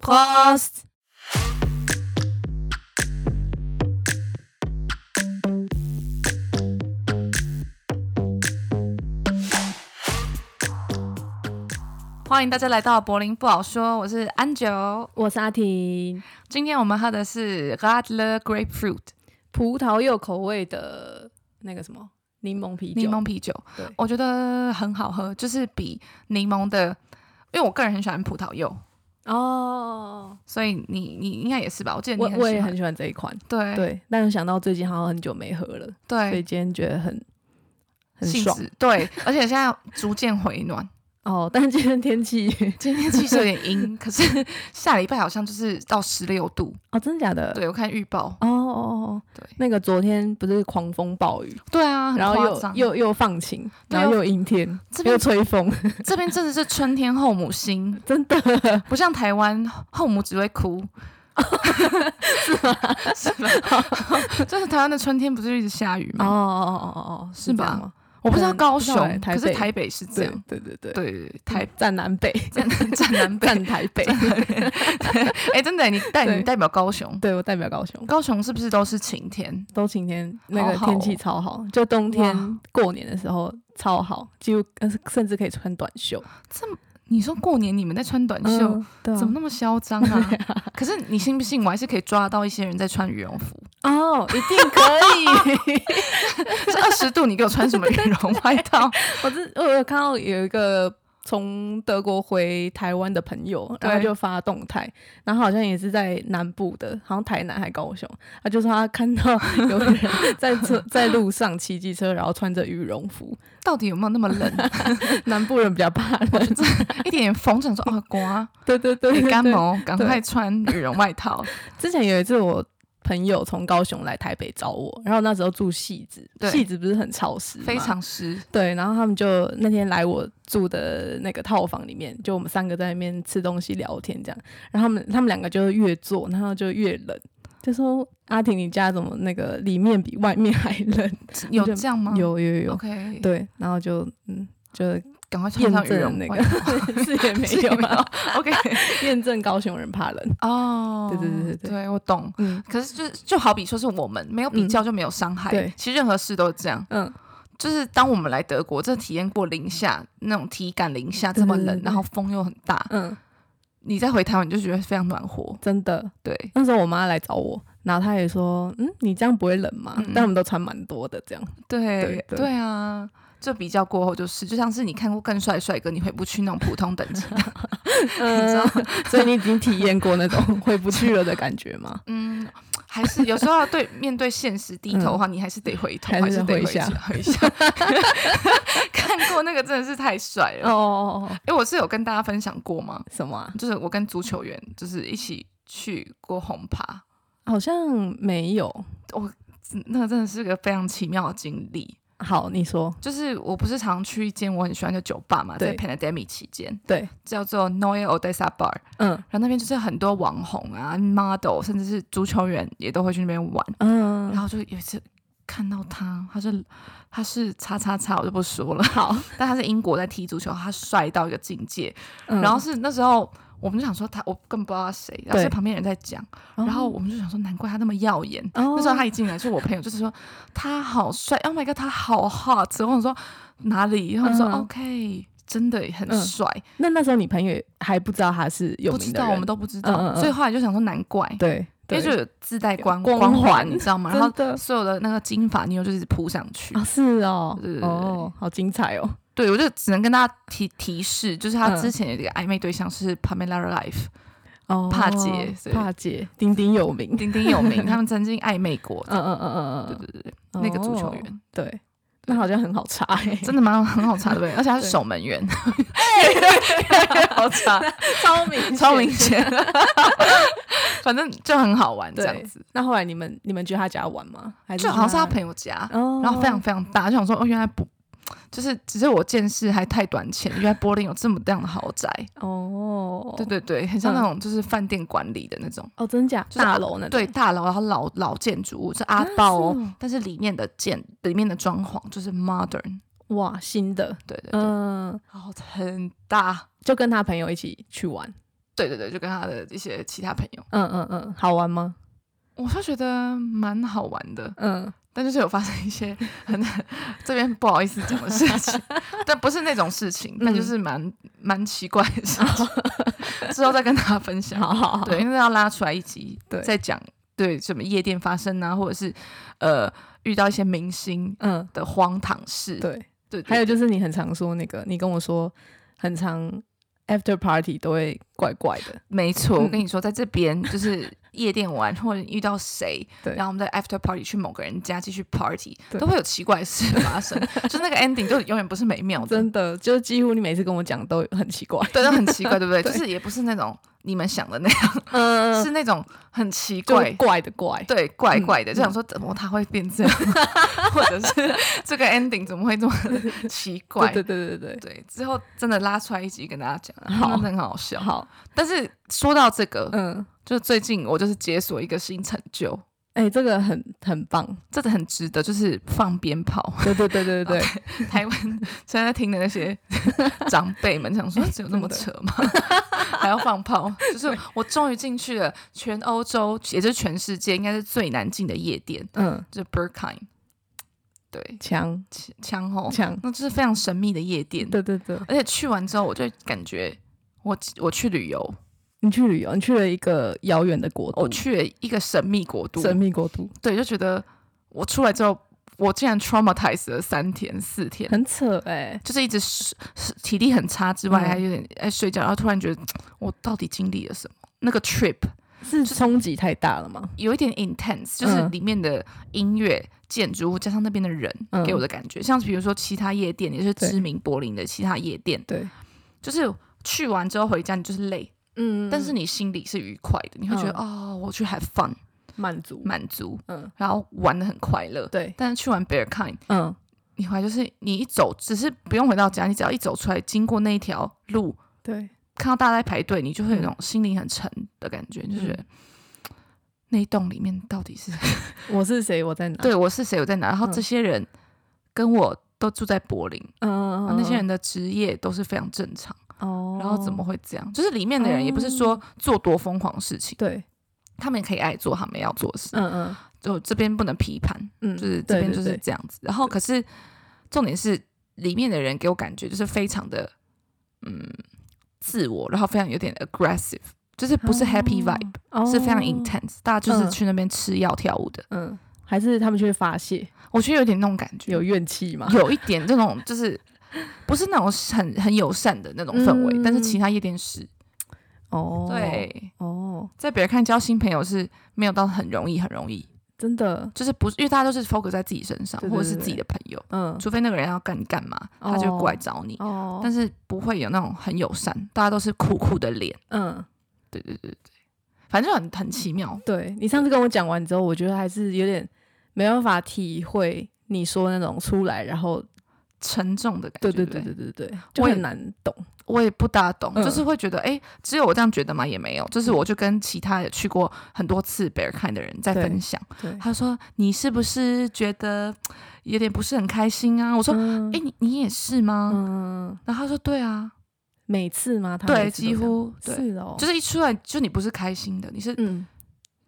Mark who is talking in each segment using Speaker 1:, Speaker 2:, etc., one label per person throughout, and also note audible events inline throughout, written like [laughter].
Speaker 1: Post。欢迎大家来到柏林不好说，我是安九。
Speaker 2: 我是阿婷，
Speaker 1: 今天我们喝的是 Radler Grapefruit
Speaker 2: 葡萄柚口味的那个什么柠檬啤酒，
Speaker 1: 柠檬啤酒，
Speaker 2: 对
Speaker 1: 我觉得很好喝，就是比柠檬的，因为我个人很喜欢葡萄柚，
Speaker 2: 哦，
Speaker 1: 所以你你应该也是吧？我记得你
Speaker 2: 我
Speaker 1: 很
Speaker 2: 我
Speaker 1: 喜
Speaker 2: 也
Speaker 1: 欢
Speaker 2: 很喜欢这一款，
Speaker 1: 对
Speaker 2: 对，但是想到最近好像很久没喝了，所以
Speaker 1: 对
Speaker 2: 今天觉得很很
Speaker 1: 性
Speaker 2: 爽
Speaker 1: 质对，而且现在逐渐回
Speaker 2: [laughs]
Speaker 1: 暖，
Speaker 2: 哦。但是今天天气
Speaker 1: 今天其实有点阴，可是下礼拜好像就是到十六度，
Speaker 2: [laughs] 哦，真的假的？
Speaker 1: 对我看预报，
Speaker 2: 哦哦哦，
Speaker 1: 对
Speaker 2: 那个昨天不是狂风暴雨，
Speaker 1: 对啊，很
Speaker 2: 然后
Speaker 1: 夸
Speaker 2: 又
Speaker 1: 张
Speaker 2: 又又放晴，
Speaker 1: 对
Speaker 2: 然后又阴天，
Speaker 1: 这边
Speaker 2: 又吹风，
Speaker 1: [laughs] 这边真的是春天后母心，
Speaker 2: [laughs] 真的
Speaker 1: 不像台湾后母只会
Speaker 2: [laughs]
Speaker 1: 哭， [laughs] 是吗？是吗？就是台湾的春天不是一直下雨
Speaker 2: 哦
Speaker 1: 吗？
Speaker 2: 哦哦哦，是
Speaker 1: 是
Speaker 2: 这样
Speaker 1: 吧
Speaker 2: 吗？
Speaker 1: 我不知道
Speaker 2: 嗯
Speaker 1: 高
Speaker 2: 不知
Speaker 1: 雄
Speaker 2: 道欸，台
Speaker 1: 可是
Speaker 2: 北
Speaker 1: 台北是这
Speaker 2: 对
Speaker 1: 样。
Speaker 2: 对对对，嗯
Speaker 1: 对对对，台
Speaker 2: [laughs] 站南北，
Speaker 1: 站站南北，
Speaker 2: 站台北，
Speaker 1: 哎，真的，你代
Speaker 2: 对
Speaker 1: 你代表高雄，
Speaker 2: 对我代表高雄。
Speaker 1: 高雄是不是都是晴天？
Speaker 2: 都晴天，那个
Speaker 1: 好好
Speaker 2: 天
Speaker 1: 哦
Speaker 2: 气超好，就冬天
Speaker 1: 哇
Speaker 2: 过年的时候超好，几乎呃甚至可以穿短袖。
Speaker 1: 你说过年你们在穿短袖，
Speaker 2: 嗯对啊，
Speaker 1: 怎么那么嚣张
Speaker 2: [laughs]
Speaker 1: 啊？可是你信不信，我还是可以抓到一些人在穿羽绒服。 [laughs]
Speaker 2: 哦，一定可以！
Speaker 1: 这二十度，你给我穿什么羽绒外
Speaker 2: [laughs]
Speaker 1: 套？
Speaker 2: 我之我有看到有一个从德国回台湾的朋友，然后
Speaker 1: 对
Speaker 2: 就发动态，然后好像也是在南部的，好像台南还高雄，他就说他看到有
Speaker 1: [laughs]
Speaker 2: 人在车在路上骑机车，然后穿着羽绒服，
Speaker 1: 到底有没有那么
Speaker 2: [laughs]
Speaker 1: 冷？
Speaker 2: 南部人比较怕冷， [laughs]
Speaker 1: [laughs] 一点点风，想说哦，刮，
Speaker 2: 对对 [laughs] 对
Speaker 1: 会
Speaker 2: 对
Speaker 1: 干
Speaker 2: 对
Speaker 1: 毛，赶快穿羽绒外
Speaker 2: [laughs]
Speaker 1: 套。
Speaker 2: 之前有一次我朋友从高雄来台北找我，然后那时候住戏子
Speaker 1: 对，
Speaker 2: 戏子不是很潮湿吗，
Speaker 1: 非常
Speaker 2: [laughs]
Speaker 1: 湿，
Speaker 2: 对。然后他们就那天来我住的那个套房里面，就我们三个在那边吃东西聊天这样，然后他们他们两个就越坐，然后就越冷。就说阿婷，你家怎么那个里面比外面还
Speaker 1: [laughs]
Speaker 2: 冷？
Speaker 1: 有这样吗？
Speaker 2: 有有有，
Speaker 1: 哦，OK，
Speaker 2: 对，然后就嗯，就
Speaker 1: 赶快穿
Speaker 2: 验
Speaker 1: 上羽绒
Speaker 2: 证那
Speaker 1: 外
Speaker 2: 个
Speaker 1: 套
Speaker 2: [laughs] 是
Speaker 1: [laughs]
Speaker 2: 也没有啊，
Speaker 1: ，OK，
Speaker 2: [laughs] 验证高雄人怕冷，
Speaker 1: 哦，
Speaker 2: 对对对对对
Speaker 1: 对，我懂。
Speaker 2: 嗯
Speaker 1: 可是就就好比说是我们没有比较就没有伤害，
Speaker 2: 嗯对
Speaker 1: 其实任何事都是这样。
Speaker 2: 嗯，
Speaker 1: 就是当我们来德国，真的体验过零下那种体感零下这么冷，
Speaker 2: 对对对对
Speaker 1: 然后风又很大，
Speaker 2: 嗯，
Speaker 1: 你再回台湾你就觉得非常暖和。
Speaker 2: 真的，
Speaker 1: 对，
Speaker 2: 那时候我妈来找我，然后她也说：“嗯，你这样不会冷吗？”
Speaker 1: 嗯
Speaker 2: 但我们都穿蛮多的，这样
Speaker 1: 对
Speaker 2: 对对
Speaker 1: 对啊，就比较过后就是，就像是你看过更帅的帅哥，你回不去那种普通等级 [laughs] 的。你知道吗，
Speaker 2: 所 [laughs] 以你已经体验过那
Speaker 1: [laughs]
Speaker 2: 种回不去了的感觉吗？
Speaker 1: 嗯，还是有时候要对面对现实低头的话，你还是得回头，
Speaker 2: 嗯
Speaker 1: 还
Speaker 2: 还是
Speaker 1: 是得
Speaker 2: 回一
Speaker 1: 去
Speaker 2: 下
Speaker 1: 回一下。 [laughs] 看过那个真的是太帅
Speaker 2: 哦
Speaker 1: 了，
Speaker 2: 哦，哦
Speaker 1: 哎、我是有跟大家分享过吗？
Speaker 2: 什么啊？
Speaker 1: 就是我跟足球员就是一起去过红爬，
Speaker 2: 好像没有。
Speaker 1: 嗯那真的是个非常奇妙的经历。
Speaker 2: 好，你说
Speaker 1: 就是我不是常去一间我很喜欢的酒吧嘛，在
Speaker 2: 对
Speaker 1: pandemic 期间
Speaker 2: 对，
Speaker 1: 叫做 Noye Odessa Bar，
Speaker 2: 嗯
Speaker 1: 然后那边就是很多网红啊、model，甚至是足球员也都会去那边玩。然
Speaker 2: 嗯，
Speaker 1: 后就有一次看到他，他是他是叉叉叉，我就不说了。
Speaker 2: 好，
Speaker 1: [laughs] 但他是英国在踢足球，他帅到一个境界。
Speaker 2: 嗯
Speaker 1: 然后是那时候我们就想说他，我根本不知道他谁，然后是旁边人在讲，然后我们就想说难怪他那么耀眼。
Speaker 2: 哦
Speaker 1: 那时候他一进来，就我朋友就是说他好帅，Oh my god，他好 hot。我想说哪里？然后我说、
Speaker 2: 嗯
Speaker 1: OK，真的很
Speaker 2: 嗯
Speaker 1: 帅。
Speaker 2: 那那时候你朋友还不知道他是有
Speaker 1: 不
Speaker 2: 名
Speaker 1: 知
Speaker 2: 的
Speaker 1: 道，
Speaker 2: 人，
Speaker 1: 我们都不知道，
Speaker 2: 嗯嗯嗯
Speaker 1: 所以后来就想说难怪，
Speaker 2: 对
Speaker 1: 因
Speaker 2: 对，
Speaker 1: 为就有自带光
Speaker 2: 光
Speaker 1: 光环，
Speaker 2: 环
Speaker 1: 你知
Speaker 2: [laughs]
Speaker 1: 道吗？然
Speaker 2: 真
Speaker 1: 后
Speaker 2: 的
Speaker 1: 所有的那个金发妞就是扑上去，
Speaker 2: 啊是哦
Speaker 1: 对对，对
Speaker 2: 哦，好精彩哦，
Speaker 1: 对我就只能跟大家提提示，就是他
Speaker 2: 嗯
Speaker 1: 之前有一个暧昧对象是 Pamela Life，
Speaker 2: 哦，
Speaker 1: 帕姐对
Speaker 2: 帕姐，鼎鼎有名，
Speaker 1: 鼎鼎有
Speaker 2: [laughs]
Speaker 1: 名，他们曾经暧昧过，
Speaker 2: 嗯嗯嗯嗯
Speaker 1: 对
Speaker 2: 嗯
Speaker 1: 对对对，
Speaker 2: 嗯，
Speaker 1: 那个足球
Speaker 2: 哦
Speaker 1: 员，
Speaker 2: 对，那好像很好查欸，
Speaker 1: 真的蛮很好查的，对不对而且他是
Speaker 2: 对
Speaker 1: 守门
Speaker 2: [laughs]
Speaker 1: 员，好查，
Speaker 2: 超明显
Speaker 1: 超明。显，
Speaker 2: [laughs]
Speaker 1: 反正就很好玩这样
Speaker 2: 对
Speaker 1: 子，
Speaker 2: 那后来你们你们去他家玩吗？还是
Speaker 1: 就好像是他
Speaker 2: 友，
Speaker 1: 朋友家，
Speaker 2: 哦
Speaker 1: 然后非常非常大，就想说哦，原来不。就是只是我见识还太短浅，
Speaker 2: [laughs]
Speaker 1: 原来柏林有这么这样的豪宅，
Speaker 2: 哦，
Speaker 1: 对对对，很像那种就是饭店管理的那种，
Speaker 2: 哦，真假
Speaker 1: 就是
Speaker 2: 大楼那种
Speaker 1: 对大楼，然后老老建筑物是阿
Speaker 2: 啊
Speaker 1: 豹哦，
Speaker 2: 是哦
Speaker 1: 但是里面的建里面的装潢就是 modern，
Speaker 2: 哇新的，
Speaker 1: 对对对，
Speaker 2: 嗯，
Speaker 1: 然后很大，
Speaker 2: 就跟他朋友一起去玩，
Speaker 1: 对对对，就跟他的一些其他朋友，
Speaker 2: 嗯嗯嗯，好玩吗？
Speaker 1: 我就觉得蛮好玩的，
Speaker 2: 嗯，
Speaker 1: 但就是有发生一些很 [laughs] 这边不好意思讲的事情，
Speaker 2: [laughs]
Speaker 1: 但不是那种事情，但
Speaker 2: 嗯
Speaker 1: 就是蛮蛮奇怪的事情， [laughs] 之后再跟大家分享。
Speaker 2: 好好好，
Speaker 1: 对，因为要拉出来一集，
Speaker 2: 对
Speaker 1: 再讲对什么夜店发生啊，或者是呃遇到一些明星
Speaker 2: 嗯
Speaker 1: 的荒唐事，
Speaker 2: 对。
Speaker 1: 对，对
Speaker 2: 还有就是你很常说那个，你跟我说很常 after party 都会怪怪的，
Speaker 1: 没错，
Speaker 2: 嗯
Speaker 1: 我跟你说，在这边就是夜店玩，或者遇到谁，
Speaker 2: 对
Speaker 1: 然后我们在 after party 去某个人家继续 party，
Speaker 2: 对
Speaker 1: 都会有奇怪的事发生， [laughs] 就是那个 ending 就永远不是美妙的，
Speaker 2: 真的，就几乎你每次跟我讲都很奇怪，
Speaker 1: 对，都很奇怪，对不对？
Speaker 2: [laughs] 对
Speaker 1: 就是也不是那种你们想的那样，
Speaker 2: 嗯，
Speaker 1: 是那种很奇
Speaker 2: 怪
Speaker 1: 怪。
Speaker 2: 怪的怪，
Speaker 1: 对，怪
Speaker 2: 嗯
Speaker 1: 怪的，就想
Speaker 2: 嗯
Speaker 1: 说怎么他会变这样， [laughs] 或者是这个 ending 怎么会这么的奇怪？
Speaker 2: 对对对对
Speaker 1: 对之后真的拉出来一集跟大家讲，
Speaker 2: 好
Speaker 1: 真的很好
Speaker 2: 对，
Speaker 1: 笑。
Speaker 2: 好，
Speaker 1: 但是说到这个，
Speaker 2: 嗯，
Speaker 1: 就最近我就是解锁一个新成就，
Speaker 2: 哎，这个很很棒，
Speaker 1: 真的很值得，就是放鞭炮。
Speaker 2: 对对对对对
Speaker 1: [laughs]
Speaker 2: 对，
Speaker 1: 台湾现在听的那
Speaker 2: [laughs]
Speaker 1: 些长辈们想说，只有那么扯吗？ [laughs] 还要放炮？就是我终于进去了全欧洲，也就是全世界应该是最难进的夜店，
Speaker 2: 嗯，
Speaker 1: 就是 Bergheim。对，
Speaker 2: 强
Speaker 1: 枪吼，
Speaker 2: 强，
Speaker 1: 那就是非常神秘的夜店。
Speaker 2: 对对对，
Speaker 1: 而且去完之后，我就感觉我我去旅游，
Speaker 2: 你去旅游，你去了一个遥远的国
Speaker 1: 我
Speaker 2: 度，
Speaker 1: 哦去了一个神秘国度，
Speaker 2: 神秘国度，
Speaker 1: 对，就觉得我出来之后，我竟然 traumatized 了三天四天，
Speaker 2: 很扯哎，
Speaker 1: 就是一直是是体力很差之外，
Speaker 2: 嗯
Speaker 1: 还有点爱睡觉，然后突然觉得我到底经历了什么？那个 trip
Speaker 2: 是冲击太大了吗？
Speaker 1: 有一点 intense，就是里面的音乐、建筑物加上那边的人
Speaker 2: 嗯
Speaker 1: 给我的感觉，像是比如说其他夜店，也是
Speaker 2: 对
Speaker 1: 知名柏林的其他夜店，
Speaker 2: 对，
Speaker 1: 就是去完之后回家你就是累，
Speaker 2: 嗯
Speaker 1: 但是你心里是愉快的，你会觉得、哦，我去 have fun
Speaker 2: 嗯满足，
Speaker 1: 满足，
Speaker 2: 嗯，
Speaker 1: 然后玩的很快乐。
Speaker 2: 对，
Speaker 1: 但是去完 Bear Kind，
Speaker 2: 嗯，
Speaker 1: 你回来就是你一走，只是不用回到家，你只要一走出来，经过那一条路，
Speaker 2: 对，
Speaker 1: 看到大家在排队，你就会
Speaker 2: 嗯
Speaker 1: 有那种心灵很沉的感觉，就是觉得那一栋里面到底
Speaker 2: [laughs]
Speaker 1: 是
Speaker 2: 我是谁？我在哪？
Speaker 1: 对我是谁，我在哪？然后这些人跟我都住在柏林，
Speaker 2: 嗯，嗯，
Speaker 1: 然
Speaker 2: 嗯
Speaker 1: 后那些人的职业都是非常正常，
Speaker 2: 哦，
Speaker 1: 然后怎么会这样？就是里面的人也不是说做多疯狂的事情，
Speaker 2: 对？
Speaker 1: 他们也可以爱做他们要做的事，
Speaker 2: 嗯嗯
Speaker 1: 就这边不能批判，
Speaker 2: 嗯，
Speaker 1: 就是这
Speaker 2: 对
Speaker 1: 边
Speaker 2: 对
Speaker 1: 就是
Speaker 2: 对
Speaker 1: 这样子。然后可是重点是里面的人给我感觉就是非常的嗯自我，然后非常有点 aggressive，就是不是 happy vibe，、
Speaker 2: 哦
Speaker 1: 是非常
Speaker 2: 哦
Speaker 1: intense，大家就是
Speaker 2: 嗯
Speaker 1: 去那边吃药跳舞的，
Speaker 2: 嗯，还是他们去发泄，
Speaker 1: 我觉得有点那种感觉，
Speaker 2: 有怨气嘛？
Speaker 1: 有一点这种就是。不是那种很很友善的那种氛围，
Speaker 2: 嗯
Speaker 1: 但是其他夜店是，
Speaker 2: 哦，，
Speaker 1: 对，
Speaker 2: 哦，
Speaker 1: 在别人看交新朋友是没有到很容易，很容易，
Speaker 2: 真的，
Speaker 1: 就是不是因为大家都是 focus 在自己身上，
Speaker 2: 对对
Speaker 1: 或者是
Speaker 2: 对对
Speaker 1: 自己的朋友，
Speaker 2: 嗯，
Speaker 1: 除非那个人要干你干嘛，他就过来找你。
Speaker 2: 哦，
Speaker 1: 但是不会有那种很友善，大家都是酷酷的脸，
Speaker 2: 嗯，
Speaker 1: 对对对对，反正就很很奇妙。
Speaker 2: 对你上次跟我讲完之后，我觉得还是有点没办法体会你说那种出来，然后
Speaker 1: 沉重的感觉，对
Speaker 2: 对对
Speaker 1: 不
Speaker 2: 对对对对，就
Speaker 1: 我也
Speaker 2: 很难懂，
Speaker 1: 我也不大懂，
Speaker 2: 嗯
Speaker 1: 就是会觉得，哎、只有我这样觉得吗？也没有，就是我就跟其他也去过很多次北尔看的人在
Speaker 2: 对
Speaker 1: 分享，
Speaker 2: 对，
Speaker 1: 他说你是不是觉得有点不是很开心啊？我说，哎、
Speaker 2: 嗯
Speaker 1: 你你也是吗？
Speaker 2: 嗯，
Speaker 1: 然后他说，对啊，
Speaker 2: 每次吗？他
Speaker 1: 对，
Speaker 2: 每次都
Speaker 1: 几
Speaker 2: 这样
Speaker 1: 乎对，
Speaker 2: 是哦，
Speaker 1: 就是是一出来就你不是开心的，你是
Speaker 2: 嗯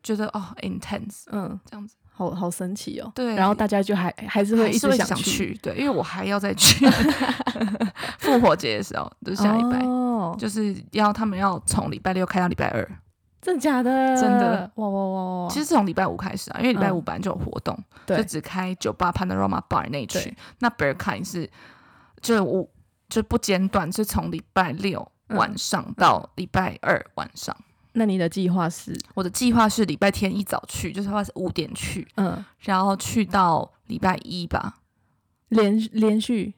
Speaker 1: 觉得、哦 intense
Speaker 2: 嗯，
Speaker 1: 这样子。
Speaker 2: 好好神奇哦，
Speaker 1: 对
Speaker 2: 然后大家就还还是
Speaker 1: 还
Speaker 2: 会一
Speaker 1: 是
Speaker 2: 直
Speaker 1: 会
Speaker 2: 去，
Speaker 1: 去，对，因为我还要再
Speaker 2: [laughs]
Speaker 1: 去复活节的时候，就是下礼拜，
Speaker 2: 哦，
Speaker 1: 就是要他们要从礼拜六开到礼拜二，
Speaker 2: 真的假的？
Speaker 1: 真的，
Speaker 2: 哇哇哇哇！
Speaker 1: 其实是从礼拜五开始啊，因为礼拜
Speaker 2: 嗯
Speaker 1: 五本来就有活动，
Speaker 2: 对
Speaker 1: 就只开酒吧 Panorama Bar 那一区
Speaker 2: 对，
Speaker 1: 那 b e r k i n 是就我就不间断，是从礼拜六
Speaker 2: 嗯
Speaker 1: 晚上到礼拜二晚上。
Speaker 2: 那你的计划是，
Speaker 1: 我的计划是礼拜天一早去，就是话是五点去，
Speaker 2: 嗯，
Speaker 1: 然后去到礼拜一吧，
Speaker 2: 连连续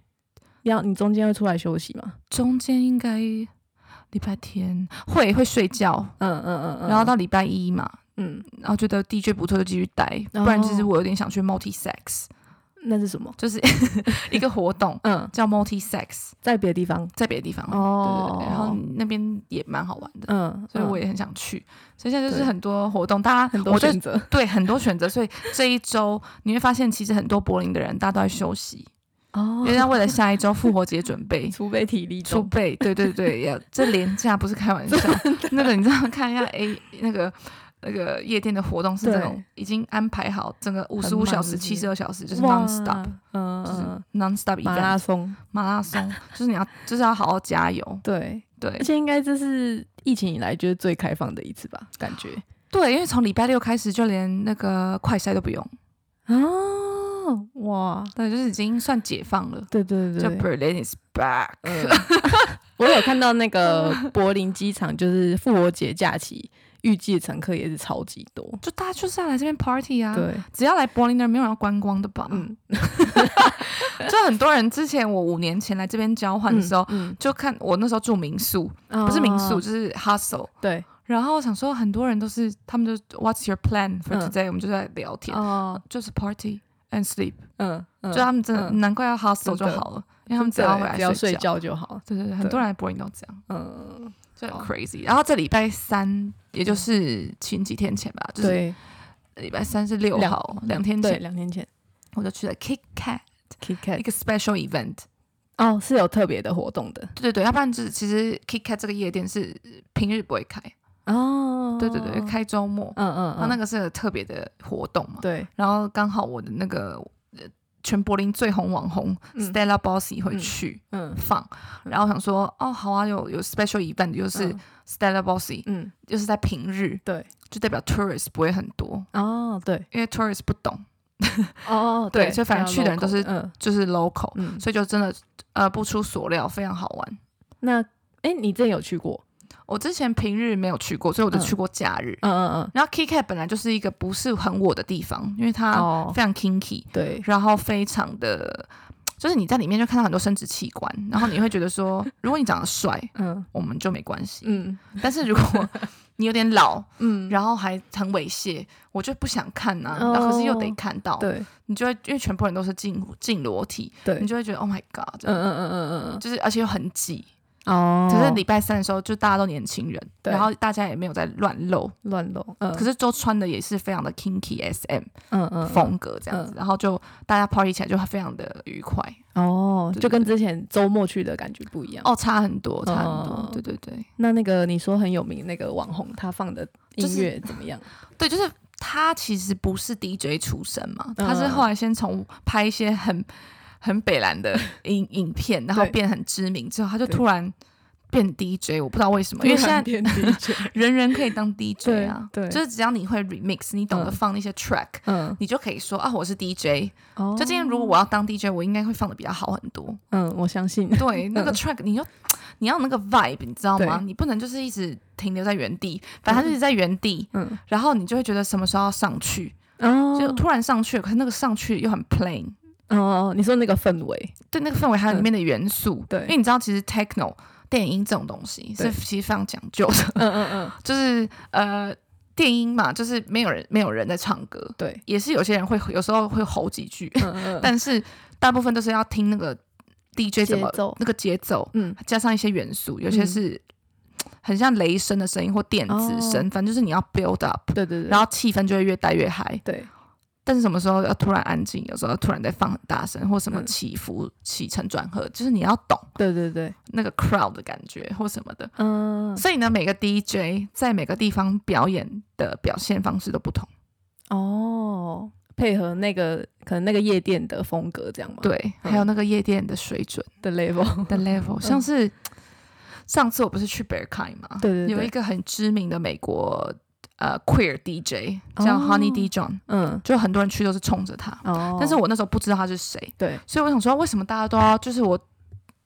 Speaker 2: 要你中间会出来休息吗？
Speaker 1: 中间应该礼拜天会会睡觉，
Speaker 2: 嗯嗯嗯嗯，
Speaker 1: 然后到礼拜一嘛，
Speaker 2: 嗯，
Speaker 1: 然后觉得 DJ 不错就继续待，
Speaker 2: 哦
Speaker 1: 不然其实我有点想去 Multi Sex，
Speaker 2: 那是什么？
Speaker 1: 就是 [laughs] 一个活动
Speaker 2: 嗯，
Speaker 1: 叫 Multi Sex，
Speaker 2: 在别的地方。
Speaker 1: 在别的地方，
Speaker 2: 哦
Speaker 1: 对对对，然后那边也蛮好玩的。
Speaker 2: 嗯，
Speaker 1: 所以我
Speaker 2: 也
Speaker 1: 也很想去，所以现在就是
Speaker 2: 对
Speaker 1: 很多活动，大家
Speaker 2: 很
Speaker 1: 我
Speaker 2: 多
Speaker 1: 就
Speaker 2: 选择
Speaker 1: 对很多选择，所以这一周你会发现，其实很多柏林的人大家都在休息，
Speaker 2: 哦。
Speaker 1: 因为要为了下一周复活节准备 [laughs]
Speaker 2: 储备体力
Speaker 1: 储
Speaker 2: 中，
Speaker 1: 备，对对对，要这廉价不是开 [laughs] 玩笑。那个你知道，看一下 A 那个那个夜店的活动是这种
Speaker 2: 对，
Speaker 1: 已经安排好整个五十
Speaker 2: 很
Speaker 1: 五
Speaker 2: 满
Speaker 1: 小时、
Speaker 2: 是不是
Speaker 1: 七十二小时，就是
Speaker 2: 哇
Speaker 1: non stop，
Speaker 2: 嗯
Speaker 1: 就是
Speaker 2: 嗯，
Speaker 1: non stop
Speaker 2: 嗯
Speaker 1: event
Speaker 2: 马拉松，
Speaker 1: 马拉松，就是你要就是要好好加油。
Speaker 2: 对，
Speaker 1: 对
Speaker 2: 而且应该这是疫情以来就是最开放的一次吧，感觉
Speaker 1: 对，因为从礼拜六开始就连那个快筛都不用，
Speaker 2: 哦，哇，
Speaker 1: 对，就是已经算解放了。
Speaker 2: 对对
Speaker 1: 叫
Speaker 2: 对。
Speaker 1: Berlin is back，
Speaker 2: 呃 [laughs] 我有看到那个 [laughs] 柏林机场，就是复活节假期，预计乘客也是超级多。
Speaker 1: [laughs] 就大家就是要来这边 party 啊。
Speaker 2: 对，
Speaker 1: 只要来柏林的人，没有人要观光的吧？嗯，
Speaker 2: 嗯，
Speaker 1: 就很多人之前我五年前来这边交换的时候，
Speaker 2: 嗯，
Speaker 1: 就看我那时候住民宿，
Speaker 2: 嗯
Speaker 1: 不是民宿、
Speaker 2: 哦
Speaker 1: 就是 hostel，
Speaker 2: 对，
Speaker 1: 然后想说很多人都是他们就 What's your plan for
Speaker 2: 嗯
Speaker 1: today？、我们就在聊天，
Speaker 2: 哦，
Speaker 1: 就是 party and sleep，、
Speaker 2: 嗯，嗯
Speaker 1: 就他们真的、
Speaker 2: 嗯
Speaker 1: 难怪要 hostel
Speaker 2: 真
Speaker 1: 就
Speaker 2: 的
Speaker 1: 好了，因为他们只要回来
Speaker 2: 对只要睡
Speaker 1: 觉。
Speaker 2: 觉就好。
Speaker 1: 对对对，很多人来柏林都这样，
Speaker 2: 嗯，
Speaker 1: 就很
Speaker 2: 好
Speaker 1: crazy。然后这礼拜三，也就是前几天前吧，就是
Speaker 2: 对
Speaker 1: 礼拜三是六
Speaker 2: 两
Speaker 1: 号，两天
Speaker 2: 对，
Speaker 1: 前
Speaker 2: 两天前
Speaker 1: 我就去了 Kit Kat
Speaker 2: Kit
Speaker 1: 一
Speaker 2: Kat
Speaker 1: 个 special event。
Speaker 2: 哦是有特别的活动的
Speaker 1: 对对对，要不然就是其实 Kit Kat 这个夜店是平日不会开，
Speaker 2: 哦
Speaker 1: 对对对，开周末。
Speaker 2: 嗯嗯
Speaker 1: 然后
Speaker 2: 嗯，
Speaker 1: 哦那个是个特别的活动嘛，
Speaker 2: 对
Speaker 1: 然后刚好我的那个呃全柏林最红网红、
Speaker 2: 嗯
Speaker 1: Stella Bossy 会
Speaker 2: 嗯
Speaker 1: 去
Speaker 2: 嗯
Speaker 1: 放，
Speaker 2: 嗯
Speaker 1: 然后想说哦好啊，有有 special event 就是 Stella Bossy，、
Speaker 2: 嗯
Speaker 1: 就是在平日，
Speaker 2: 对
Speaker 1: 就代表 tourist 不会很多，
Speaker 2: 哦对
Speaker 1: 因为 tourist 不懂，
Speaker 2: 哦
Speaker 1: 对所以反正去的人都是
Speaker 2: 嗯
Speaker 1: 就是 local，、
Speaker 2: 嗯，
Speaker 1: 所以就真的呃不出所料，非常好玩。
Speaker 2: 那哎你之前有去过？
Speaker 1: 我之前平日没有去过，所以我就
Speaker 2: 嗯
Speaker 1: 去过假日。
Speaker 2: 嗯嗯
Speaker 1: 然后 KitKat 本来就是一个不是很我的地方，因为
Speaker 2: 嗯
Speaker 1: 它
Speaker 2: 哦
Speaker 1: 非常 kinky，、
Speaker 2: 对
Speaker 1: 然后非常的，就是你在里面就看到很多生殖器官，然后你会觉得说， [laughs] 如果你长得帅，
Speaker 2: 嗯
Speaker 1: 我们就没关系；
Speaker 2: 嗯
Speaker 1: 但是如
Speaker 2: [laughs]
Speaker 1: 果你有点老，
Speaker 2: 嗯
Speaker 1: 然后还很猥亵，我就不想看呐、
Speaker 2: 哦
Speaker 1: 然后可是又得看到，
Speaker 2: 对
Speaker 1: 你就会因为全部人都是进进裸体，
Speaker 2: 对
Speaker 1: 你就会觉得 Oh my God，
Speaker 2: 嗯嗯嗯嗯嗯
Speaker 1: 就是而且又很挤。
Speaker 2: 嗯哦，
Speaker 1: 可是礼拜三的时候，就大家都年轻人，
Speaker 2: 对
Speaker 1: 然后大家也没有在乱露，
Speaker 2: 乱弄，嗯
Speaker 1: 可是都穿的也是非常的 kinky SM
Speaker 2: 嗯嗯
Speaker 1: 风格这样子，然后就大家 party 起来就非常的愉快。
Speaker 2: 哦，
Speaker 1: 对
Speaker 2: 就
Speaker 1: 对
Speaker 2: 跟
Speaker 1: 对
Speaker 2: 之前周末去的感觉不一样。
Speaker 1: 哦，差很多，差很多，
Speaker 2: 嗯
Speaker 1: 对对对
Speaker 2: 那那个你说很有名那个网红，他放的
Speaker 1: 就
Speaker 2: 音
Speaker 1: 是
Speaker 2: 乐怎么样？
Speaker 1: 对，就是他其实不是 DJ 出身嘛，
Speaker 2: 嗯
Speaker 1: 他是后来先从拍一些很很北蓝
Speaker 2: [laughs]
Speaker 1: 的影影片，然后
Speaker 2: 对
Speaker 1: 变很知名之后，他就
Speaker 2: 对
Speaker 1: 突然变 DJ，我不知道为什么， [laughs] 因为现在
Speaker 2: 天 DJ，
Speaker 1: 人人可以当 DJ 啊，
Speaker 2: 对对
Speaker 1: 就是只要你会 remix，你懂得
Speaker 2: 嗯
Speaker 1: 放那些 track，、
Speaker 2: 嗯，
Speaker 1: 你就可以说啊，我是 DJ。
Speaker 2: 哦
Speaker 1: 就今天如果我要当 DJ，我应该会放的比较好很
Speaker 2: [laughs]
Speaker 1: 多。
Speaker 2: 嗯，我相信，
Speaker 1: 对，那个 track 你要你要有那个 vibe，你知道吗？
Speaker 2: 嗯对
Speaker 1: 你不能就是一直停留在原地，反正它就一直在原地，
Speaker 2: 嗯，
Speaker 1: 然后你就会觉得什么时候要上去，
Speaker 2: 哦，
Speaker 1: 就突然上去，可是那个上去又很 plain。
Speaker 2: 哦，你说那个氛
Speaker 1: [laughs]
Speaker 2: 围，
Speaker 1: 对那个氛围，还有里面的元素，
Speaker 2: 对
Speaker 1: 因为你知道，其实 techno 电音这种东西是
Speaker 2: 对
Speaker 1: 其实非常讲究的， [laughs]
Speaker 2: 嗯嗯嗯，
Speaker 1: 就是呃，电音嘛，就是没有人没有人在唱歌，
Speaker 2: 对，
Speaker 1: 也是有些人会有时候会吼几句，
Speaker 2: 嗯嗯，
Speaker 1: 但是大部分都是要听那个 DJ 怎么
Speaker 2: 节奏
Speaker 1: 那个节奏，
Speaker 2: 嗯
Speaker 1: 加上一些元素，有些
Speaker 2: 嗯哦
Speaker 1: 是很像雷声的声音或电子声，反正就是你要 build up，
Speaker 2: 对对对，
Speaker 1: 然后气氛就会越带越嗨。
Speaker 2: 对，
Speaker 1: 但是什么时候要突然安静，有时候突然再放很大声，或什么
Speaker 2: 嗯
Speaker 1: 起伏、起承转合，就是你要懂
Speaker 2: 对对对，
Speaker 1: 那个 crowd 的感觉或什么的。
Speaker 2: 嗯，
Speaker 1: 所以呢，每个 DJ 在每个地方表演的表现方式都不同，
Speaker 2: 哦，配合那个可能那个夜店的风格这样嘛，
Speaker 1: 对，
Speaker 2: 嗯
Speaker 1: 还有那个夜店的水准
Speaker 2: 的 level，
Speaker 1: 的 level，像是上次我不是去 Bear k i n 嘛，
Speaker 2: 对对对
Speaker 1: 有一个很知名的美国呃 queer DJ 叫
Speaker 2: 哦
Speaker 1: Honey D John，
Speaker 2: 嗯，
Speaker 1: 就很多人去都是冲着他，
Speaker 2: 哦，
Speaker 1: 但是我那时候不知道他是谁，
Speaker 2: 对，
Speaker 1: 所以我想说，为什么大家都要就是我，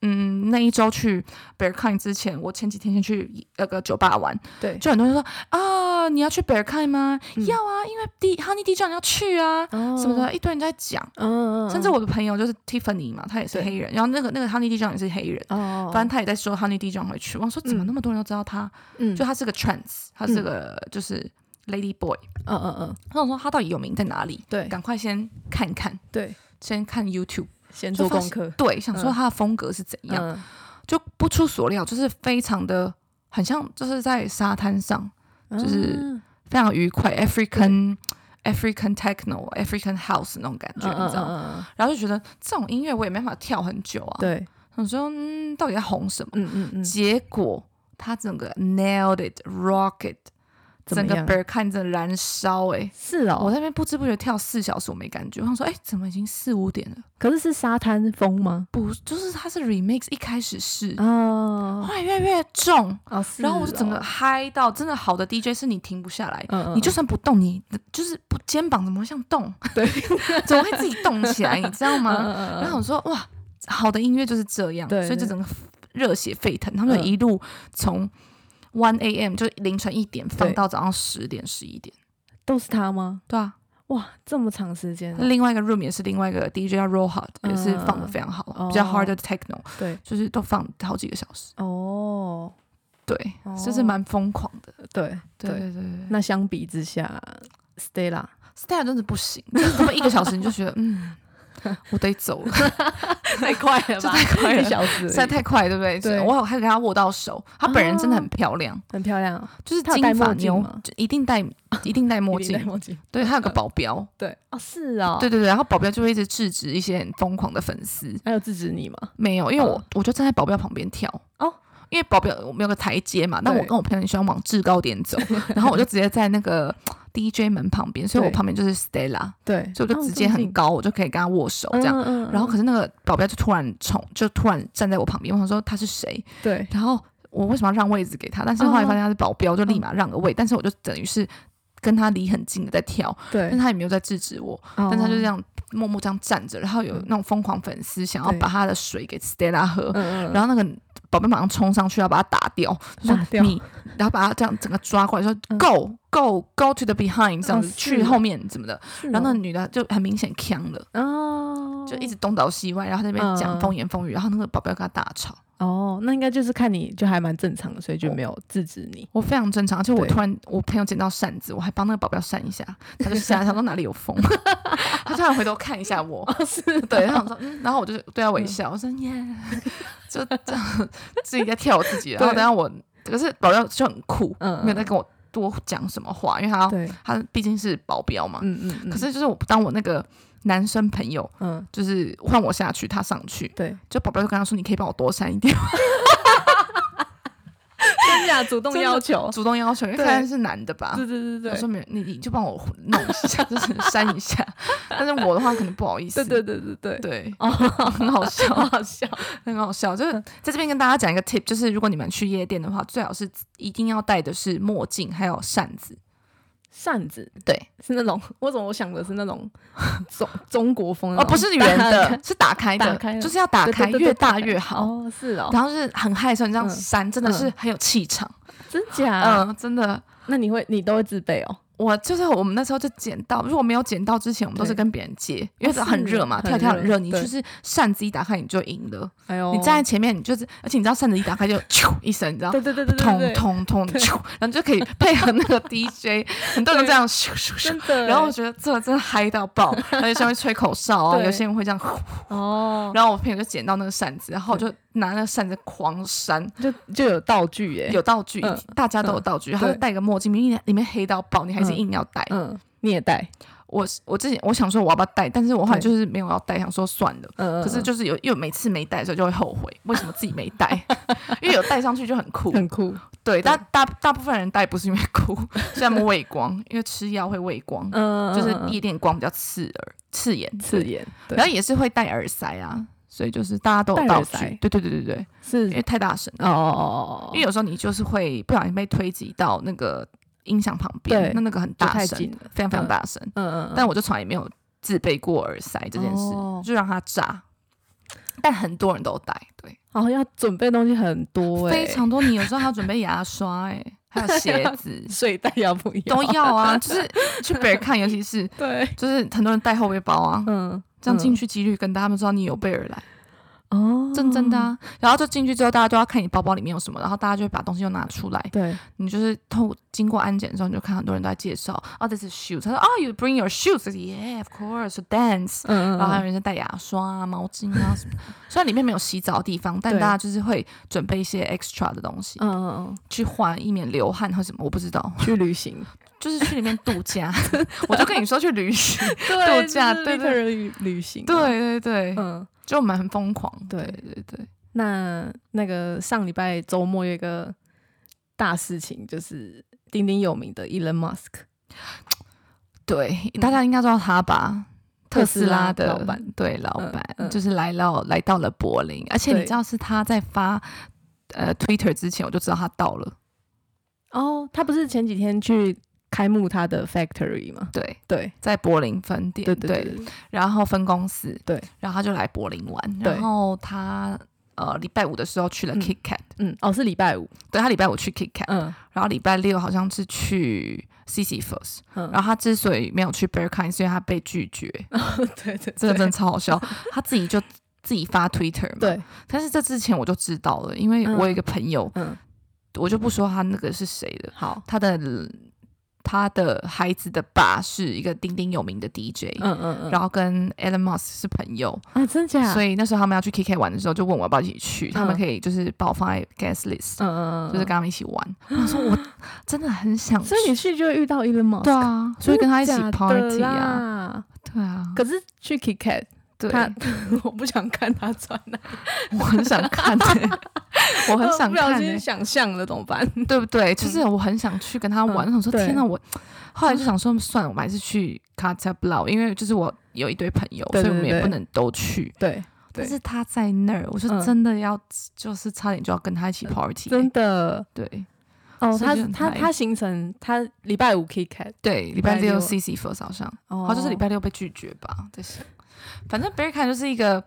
Speaker 1: 嗯，那一周去 Bear k i n 之前，我前几天先去那个酒吧玩，
Speaker 2: 对，
Speaker 1: 就很多人说啊，你要去 Bear k i n 吗？
Speaker 2: 嗯
Speaker 1: 要啊，因为 D Honey D 你要去啊，什
Speaker 2: 什
Speaker 1: 么，的，一堆人在讲。
Speaker 2: 嗯嗯，
Speaker 1: 甚至我的朋友就是 Tiffany 嘛，她也是
Speaker 2: 对
Speaker 1: 黑人，然后那个那个 Honey D 也是黑人，
Speaker 2: 哦，
Speaker 1: 反正她也在说 Honey D 会去。我说怎么那么多人都知道她？
Speaker 2: 嗯，
Speaker 1: 就她是个 trans，她是个就是 Lady Boy。
Speaker 2: 嗯嗯嗯，
Speaker 1: 我想说她到底有名在哪里？
Speaker 2: 对
Speaker 1: 赶快先看看，
Speaker 2: 对，
Speaker 1: 先看 YouTube。
Speaker 2: 先
Speaker 1: 就
Speaker 2: 做
Speaker 1: 发
Speaker 2: 功
Speaker 1: 现
Speaker 2: 课，
Speaker 1: 对，想说
Speaker 2: 嗯
Speaker 1: 他的风格是怎样，
Speaker 2: 嗯，
Speaker 1: 就不出所料，就是非常的，很像就是在沙滩上，就是
Speaker 2: 嗯
Speaker 1: 非常愉快，African African techno、African house 那种感觉，你知道吗？
Speaker 2: 嗯嗯，
Speaker 1: 然后就觉得这种音乐我也没办法跳很久啊。
Speaker 2: 对，
Speaker 1: 我说，嗯，到底在红什么？
Speaker 2: 嗯嗯嗯，
Speaker 1: 结果他整个 nailed it, rocket，
Speaker 2: 怎么
Speaker 1: 整个
Speaker 2: 样
Speaker 1: b e r k a n 真的燃烧哎、
Speaker 2: 是
Speaker 1: 我
Speaker 2: 哦，
Speaker 1: 在那边不知不觉跳四小时，我没感觉。我想说，哎、怎么已经四五点了？
Speaker 2: 可是是沙滩风吗？
Speaker 1: 不，就是它是 remix，一开始是，
Speaker 2: 哦
Speaker 1: 后来越来越重，
Speaker 2: 哦，是
Speaker 1: 然后我就整个
Speaker 2: 哦，
Speaker 1: 嗨到，真的好的 DJ 是你停不下来，
Speaker 2: 嗯嗯，
Speaker 1: 你就算不动，你就是不肩膀怎么会像动，
Speaker 2: 对，
Speaker 1: [laughs] 怎么会自己动起来，你知道
Speaker 2: 嗯
Speaker 1: 吗？
Speaker 2: 嗯
Speaker 1: 然后
Speaker 2: 嗯
Speaker 1: 我说哇，好的音乐就是这样，
Speaker 2: 对
Speaker 1: 所以就
Speaker 2: 对
Speaker 1: 整个热血沸腾，他们
Speaker 2: 嗯
Speaker 1: 就一路从 one a.m. 就凌晨一点放
Speaker 2: 对
Speaker 1: 到早上十点十一点，
Speaker 2: 都是他吗？
Speaker 1: 对啊，
Speaker 2: 哇，这么长时间啊，
Speaker 1: 另外一个 room 也是另外一个 DJ 叫 Rohard，也是放
Speaker 2: 嗯
Speaker 1: 的
Speaker 2: 嗯嗯
Speaker 1: 非常好，比较
Speaker 2: 哦
Speaker 1: hard 的 techno，
Speaker 2: 对，
Speaker 1: 就是都放好几个小时。
Speaker 2: 哦，
Speaker 1: 对，就是
Speaker 2: 哦
Speaker 1: 蛮疯狂的。
Speaker 2: 对
Speaker 1: 对对对对
Speaker 2: 那相比之下，Stella
Speaker 1: ，style 真的不行，就是他们一个小时你就 [laughs] 觉得，嗯，我得走了，
Speaker 2: [laughs] 太快了 [laughs]
Speaker 1: 就
Speaker 2: 吧？
Speaker 1: 太快
Speaker 2: 一
Speaker 1: 了。
Speaker 2: 小时而已，
Speaker 1: 实在太快，对不对？哦
Speaker 2: 对
Speaker 1: 我有还有跟他握到手，他本人真的很漂亮，
Speaker 2: 很漂亮哦，
Speaker 1: 就是
Speaker 2: 他有
Speaker 1: 金
Speaker 2: 戴
Speaker 1: 发
Speaker 2: 墨镜
Speaker 1: 妞
Speaker 2: 吗，
Speaker 1: 就一定
Speaker 2: [laughs]
Speaker 1: 戴一定戴墨
Speaker 2: 一定戴
Speaker 1: 镜，
Speaker 2: 墨镜，
Speaker 1: 对他有个保镖，
Speaker 2: 对，哦，是啊，
Speaker 1: 对，对对，然后保镖就会一直制止一些很疯狂的粉丝，
Speaker 2: 还有制止你吗？
Speaker 1: 没有，因为我、
Speaker 2: 嗯
Speaker 1: 我就站在保镖旁边跳
Speaker 2: 哦。
Speaker 1: 因为保镖我们有个台阶嘛，但
Speaker 2: 对
Speaker 1: 我跟我朋友很喜欢往制高点走，然后我就直接在那
Speaker 2: [laughs]
Speaker 1: 个 DJ 门旁边，所以我
Speaker 2: 对
Speaker 1: 旁边就是 Stella，
Speaker 2: 对，
Speaker 1: 所以我就
Speaker 2: 哦
Speaker 1: 直接很，高，我就可以跟他握手
Speaker 2: 这
Speaker 1: 这样。
Speaker 2: 么近嗯嗯嗯
Speaker 1: 然后可是那个保镖就突然冲，就突然站在我旁边，我想说他是谁，
Speaker 2: 对，
Speaker 1: 然后我为什么要让位置给他？但是后来发现他是保
Speaker 2: 嗯
Speaker 1: 镖，就立马让个位，但是我就等于是跟他离很近的在跳，但
Speaker 2: 对哦
Speaker 1: 是，他也没有在制止我，但他就这，样默默这样站着，然后有
Speaker 2: 嗯
Speaker 1: 那种疯狂粉丝想要
Speaker 2: 对
Speaker 1: 把他的水给 Stella 喝，
Speaker 2: 嗯嗯，
Speaker 1: 然后那个保镖马上冲上去要把他打掉，就
Speaker 2: 打
Speaker 1: 说
Speaker 2: 掉
Speaker 1: 你，然后把他这样整个抓过来说、
Speaker 2: 嗯
Speaker 1: Go Go Go to the behind 这样子、
Speaker 2: 哦是嗯
Speaker 1: 去后面怎么的，
Speaker 2: 后
Speaker 1: 然后那个女的就很明显呛了。
Speaker 2: 哦，
Speaker 1: 就一直东倒西歪，然后在那边
Speaker 2: 嗯
Speaker 1: 讲
Speaker 2: 嗯
Speaker 1: 风言风语，然后那个保镖跟他大吵，
Speaker 2: 哦，那应该就是看你就还蛮正常的，所以就没有制止你。
Speaker 1: 我非常正常，而且我
Speaker 2: 对
Speaker 1: 突然我朋友捡到扇子，我还帮那个保镖扇一下，他就吓，他说哪里有风， [laughs] 他突然回头看一下我，
Speaker 2: 哦，是，
Speaker 1: 对，他想说，嗯，然后我
Speaker 2: [laughs]
Speaker 1: 就对他微笑，我说耶， [laughs] 就这样自己在跳我自己，然后
Speaker 2: 对
Speaker 1: 等下我，可是保镖就很酷，
Speaker 2: 嗯，
Speaker 1: 没有在跟我多讲什么话，因为他
Speaker 2: 对，
Speaker 1: 他毕竟是保镖嘛，
Speaker 2: 嗯嗯，嗯
Speaker 1: 可，是就是我当我那个男生朋友
Speaker 2: 嗯，
Speaker 1: 就是换我下去，他上去，
Speaker 2: 对，
Speaker 1: 就保镖就跟他说，你可以帮我多扇一点。
Speaker 2: 真假主动
Speaker 1: 真的
Speaker 2: 要 [laughs] 求，
Speaker 1: 主动要求，因为
Speaker 2: 哦对
Speaker 1: 看来是男的吧
Speaker 2: 对。对对
Speaker 1: 我
Speaker 2: 对
Speaker 1: 说，没有，你你就帮我 [laughs] 弄一下，就是 [laughs] 删一下。但是我的话可能不好意思。
Speaker 2: 对对对对对，
Speaker 1: 对
Speaker 2: 哦，
Speaker 1: 很好笑，
Speaker 2: [laughs] 好笑，
Speaker 1: 很好笑。就是在这边跟大家讲一个 tip，就是如果你们去夜店的话，最好是一定要戴的是墨镜，还有扇子。
Speaker 2: 扇子
Speaker 1: 对，
Speaker 2: 是那种， [laughs] 我怎么我想的是那 [laughs] 种中中国风那
Speaker 1: 哦，
Speaker 2: 种
Speaker 1: 不是圆
Speaker 2: 嗯打开
Speaker 1: 的，是打开
Speaker 2: 打
Speaker 1: 的
Speaker 2: 开，的
Speaker 1: 就是要打
Speaker 2: 对对
Speaker 1: 开，
Speaker 2: 对对
Speaker 1: 越大
Speaker 2: 对
Speaker 1: 越好。
Speaker 2: 哦，是哦，
Speaker 1: 然后是很害羞，你这样
Speaker 2: 嗯
Speaker 1: 扇真的是
Speaker 2: 嗯啊
Speaker 1: 很有气场。
Speaker 2: 真假？
Speaker 1: 嗯，真的。
Speaker 2: 那你会你都会自备哦？
Speaker 1: 我就是我们那时候就捡到，如果没有捡到之前，我们都是
Speaker 2: 对
Speaker 1: 跟别人借，因
Speaker 2: 哦
Speaker 1: 为很
Speaker 2: 是
Speaker 1: 热嘛，
Speaker 2: 很
Speaker 1: 跳一跳很热，
Speaker 2: 热
Speaker 1: 你
Speaker 2: 对
Speaker 1: 就是扇子一打开你就赢了，
Speaker 2: 哎呦
Speaker 1: 你站在前面你就是，而且你知道扇子一打开就啾一声，你知道。
Speaker 2: 对对对对对
Speaker 1: 痛
Speaker 2: 对，
Speaker 1: 痛痛
Speaker 2: 对
Speaker 1: 啾，然后你就可以配合那个 DJ，很多人都这样咻咻咻
Speaker 2: 真，的欸。
Speaker 1: 然后我觉得这真的嗨到
Speaker 2: [laughs]
Speaker 1: 爆，而且上面吹口哨啊，
Speaker 2: 对
Speaker 1: 有些人会这样呼，
Speaker 2: 哦，
Speaker 1: 然后我朋友就捡到那个扇子，然后我就拿那个扇子狂扇，
Speaker 2: 就就有道具耶，
Speaker 1: 有道具
Speaker 2: 嗯，
Speaker 1: 大家都有道具，然后
Speaker 2: 对
Speaker 1: 就戴个墨镜，明明里面黑到爆，你还是
Speaker 2: 嗯
Speaker 1: 硬要戴，
Speaker 2: 嗯，你也带，
Speaker 1: 我是我之前我想说我要不要带，但是我后来
Speaker 2: 对
Speaker 1: 就是没有要带，想说算了。
Speaker 2: 嗯，
Speaker 1: 可是就是有又每次没带的时候就会后悔，为什么自己没带？ [laughs] 因为有带上去就很酷。
Speaker 2: 很酷，
Speaker 1: 对，但大大部分人带不是因为酷，是他们畏光，因为吃药会畏光，
Speaker 2: 嗯，
Speaker 1: 就是
Speaker 2: 嗯嗯
Speaker 1: 夜店光比较刺耳、刺眼。
Speaker 2: 刺眼，对
Speaker 1: 然后也是会戴耳塞啊，所以就是大家都有
Speaker 2: 戴
Speaker 1: 道
Speaker 2: 耳
Speaker 1: 具
Speaker 2: 塞。
Speaker 1: 对对对对对，
Speaker 2: 是
Speaker 1: 因为太大声了，
Speaker 2: 哦哦哦哦，
Speaker 1: 因为有时候你就是会不小心被推挤到那个音响旁边
Speaker 2: 对，
Speaker 1: 那那个很
Speaker 2: 就
Speaker 1: 大
Speaker 2: 太
Speaker 1: 声，
Speaker 2: 紧了，
Speaker 1: 非常非常
Speaker 2: 嗯
Speaker 1: 大声。
Speaker 2: 嗯嗯，嗯
Speaker 1: 但我就从来没有自备过耳塞这件事，
Speaker 2: 哦
Speaker 1: 就让它炸。但很多人都带，对，
Speaker 2: 好像要准备的东西很多哎，
Speaker 1: 非常多。你有时候还要准备牙刷、哎，还有鞋子
Speaker 2: 睡袋要不要？
Speaker 1: 都 [laughs] 要啊。就是去北看，尤其是
Speaker 2: 对，
Speaker 1: 就是很多人带后背包啊，
Speaker 2: 嗯，
Speaker 1: 这样进
Speaker 2: 嗯
Speaker 1: 去几率跟他们知道你有备而来。
Speaker 2: 哦，
Speaker 1: 真真的、啊。然后就进去之后，大家都要看你包包里面有什么，然后大家就会把东西又拿出来。
Speaker 2: 对，嗯
Speaker 1: 你就是透经过安检的时候，你就看很多人都在介绍，哦、t h i s is shoes。他说，哦、oh,，you bring your shoes？Yeah，of course，to dance。
Speaker 2: 嗯
Speaker 1: 然后还有人在带牙刷啊、毛巾啊什么。虽然里面没有洗澡的地方，但
Speaker 2: 对
Speaker 1: 大家就是会准备一些 extra 的东西，
Speaker 2: 嗯嗯
Speaker 1: 去换，以免流汗或什么。我不知道，
Speaker 2: 嗯，去旅行，
Speaker 1: 就是去里面度假。我就跟你说去旅
Speaker 2: [laughs]
Speaker 1: 行，
Speaker 2: [laughs] 对
Speaker 1: 度假
Speaker 2: 就是
Speaker 1: 对对
Speaker 2: literally 旅旅行，，
Speaker 1: 对对对，
Speaker 2: 嗯，
Speaker 1: 就蛮疯狂。
Speaker 2: 对
Speaker 1: 对对，
Speaker 2: 那那个上礼拜周末有一个大事情，就是鼎鼎有名的 Elon Musk
Speaker 1: 对，
Speaker 2: 嗯
Speaker 1: 大家应该知道他吧？特
Speaker 2: 特
Speaker 1: 斯
Speaker 2: 斯
Speaker 1: 拉
Speaker 2: 拉
Speaker 1: 的
Speaker 2: 老板，
Speaker 1: 对老板、
Speaker 2: 嗯嗯
Speaker 1: 就是来到来到了柏林，而且你
Speaker 2: 对
Speaker 1: 知道是他在发呃 Twitter 之前，我就知道他到了。
Speaker 2: 哦，他不是前几天去开幕他的 factory 吗？
Speaker 1: 对，
Speaker 2: 对，
Speaker 1: 在柏林分店，
Speaker 2: 对对对，
Speaker 1: 然后分公司，
Speaker 2: 对，
Speaker 1: 然后他就来柏林玩，
Speaker 2: 对
Speaker 1: 然后他呃礼拜五的时候去了
Speaker 2: 嗯
Speaker 1: Kit Kat，、
Speaker 2: 嗯，哦，是礼拜五，
Speaker 1: 对他礼拜五去 Kit Kat，、
Speaker 2: 嗯
Speaker 1: 然后礼拜六好像是去 CC First，
Speaker 2: 嗯，
Speaker 1: 然后他之所以没有去 Berkine，是因为他被拒
Speaker 2: [laughs]
Speaker 1: 绝，
Speaker 2: 后 [laughs]
Speaker 1: [laughs]
Speaker 2: 对对，
Speaker 1: 这个真
Speaker 2: 对
Speaker 1: 的超好笑，他自己就 [laughs] 自己发 Twitter 嘛，
Speaker 2: 对，
Speaker 1: 但是这之前我就知道了，因为我有一个朋友，
Speaker 2: 嗯，
Speaker 1: 我就不说他那个是谁了，
Speaker 2: 好，
Speaker 1: 他的他的孩子的爸是一个鼎鼎有名的 DJ，、
Speaker 2: 嗯嗯嗯，
Speaker 1: 然后跟 Elon Musk 是朋友，
Speaker 2: 啊，真假？
Speaker 1: 所
Speaker 2: 以，
Speaker 1: 以那时候他们要去 KK 玩的时候，就问我要不要一起去，他们可以就是把我放在 guest list，、
Speaker 2: 嗯嗯嗯，
Speaker 1: 就是跟他们一起玩。我说我真的很想去
Speaker 2: [gasps] 所，以你去就会遇到 Elon Musk，
Speaker 1: 对啊，所以跟他一起
Speaker 2: 真的假的
Speaker 1: party 啊，
Speaker 2: 啦。
Speaker 1: 对啊，
Speaker 2: 可是去 Kit Kat，
Speaker 1: 对，
Speaker 2: 他 [laughs] 我不想看他穿啊的，
Speaker 1: 我很想
Speaker 2: [laughs]
Speaker 1: 看、欸， [laughs] 我很想
Speaker 2: 不小
Speaker 1: 看、
Speaker 2: 心
Speaker 1: 欸，
Speaker 2: 想象了怎么办？
Speaker 1: 对不对？就是我很想去跟他玩，
Speaker 2: 嗯
Speaker 1: 我想说
Speaker 2: 对
Speaker 1: 天哪，我后来就想说算了，我们还是去 c a t a b l a u 因为就是我有一堆朋友，
Speaker 2: 对对
Speaker 1: 所以我们也
Speaker 2: 对
Speaker 1: 不能都去。
Speaker 2: 对，
Speaker 1: 但是他在那儿，我就
Speaker 2: 嗯
Speaker 1: 真的要、就是差点就要跟他一起 party，、欸
Speaker 2: 真的
Speaker 1: 对
Speaker 2: 哦，
Speaker 1: 所以
Speaker 2: 他
Speaker 1: 就很
Speaker 2: 他
Speaker 1: 嗨
Speaker 2: 他行程他礼拜五 Kit Kat，
Speaker 1: 对，礼拜
Speaker 2: 礼拜
Speaker 1: 六
Speaker 2: 六
Speaker 1: CC First 好像，
Speaker 2: 哦
Speaker 1: 好像就是礼拜六被拒绝吧，在想，反正 b e r k a n 就是一个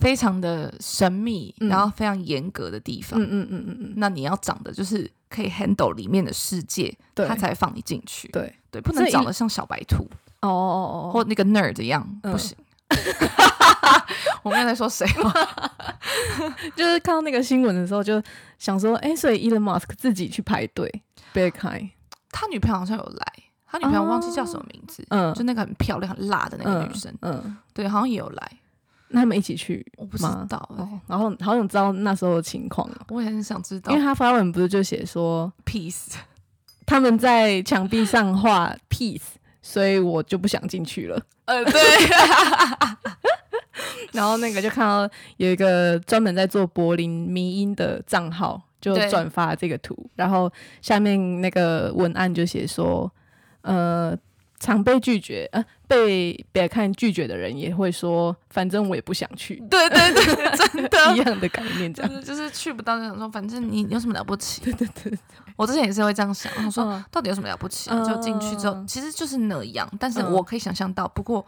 Speaker 1: 非常的神秘，
Speaker 2: 嗯
Speaker 1: 然后非常严格的地方。
Speaker 2: 嗯嗯嗯嗯嗯，
Speaker 1: 那你要长得就是可以 handle 里面的世界，
Speaker 2: 对
Speaker 1: 他才放你进去。
Speaker 2: 对，
Speaker 1: 对，不
Speaker 2: 所
Speaker 1: 能
Speaker 2: 以
Speaker 1: 长得像小白兔。
Speaker 2: 哦哦哦哦，
Speaker 1: 或那个 nerd 一样，
Speaker 2: 嗯
Speaker 1: 不行。 [laughs] 我没有在说谁哦，
Speaker 2: 就是看到那个新闻的时候，就想说，哎、所以 Elon Musk 自己去排队 b e k i
Speaker 1: 他女朋友好像有来，他女朋友
Speaker 2: 哦
Speaker 1: 忘记叫什么名字，
Speaker 2: 嗯
Speaker 1: 就那个很漂亮、很辣的那个女生，
Speaker 2: 嗯，
Speaker 1: 对，好像也有来，
Speaker 2: 那他们一起去，
Speaker 1: 我不知道欸、
Speaker 2: 哦，然后好想知道那时候的情况哦，
Speaker 1: 我也很想知道
Speaker 2: 因为他发文不是就写说
Speaker 1: peace，
Speaker 2: 他们在墙壁上画 peace，所以我就不想进去了。
Speaker 1: 呃，对， [laughs]
Speaker 2: 然后那个就看到有一个专门在做柏林迷音的账号，就
Speaker 1: 对
Speaker 2: 转发这个图，然后下面那个文案就写说，呃，常被拒绝，呃，被别看拒绝的人也会说，反正我也不想去，
Speaker 1: 对对对，真
Speaker 2: 一
Speaker 1: 的。
Speaker 2: 样的概念
Speaker 1: [laughs]
Speaker 2: 这
Speaker 1: 就
Speaker 2: 样。
Speaker 1: 是就是去不到就想说，反正你有什么了不起？
Speaker 2: 对对对，
Speaker 1: 我之前也是会这样想，我想说
Speaker 2: 嗯
Speaker 1: 到底有什么了不起啊？就进去之后，
Speaker 2: 嗯
Speaker 1: 其实就是那样，但是
Speaker 2: 嗯
Speaker 1: 我可以想象到，不过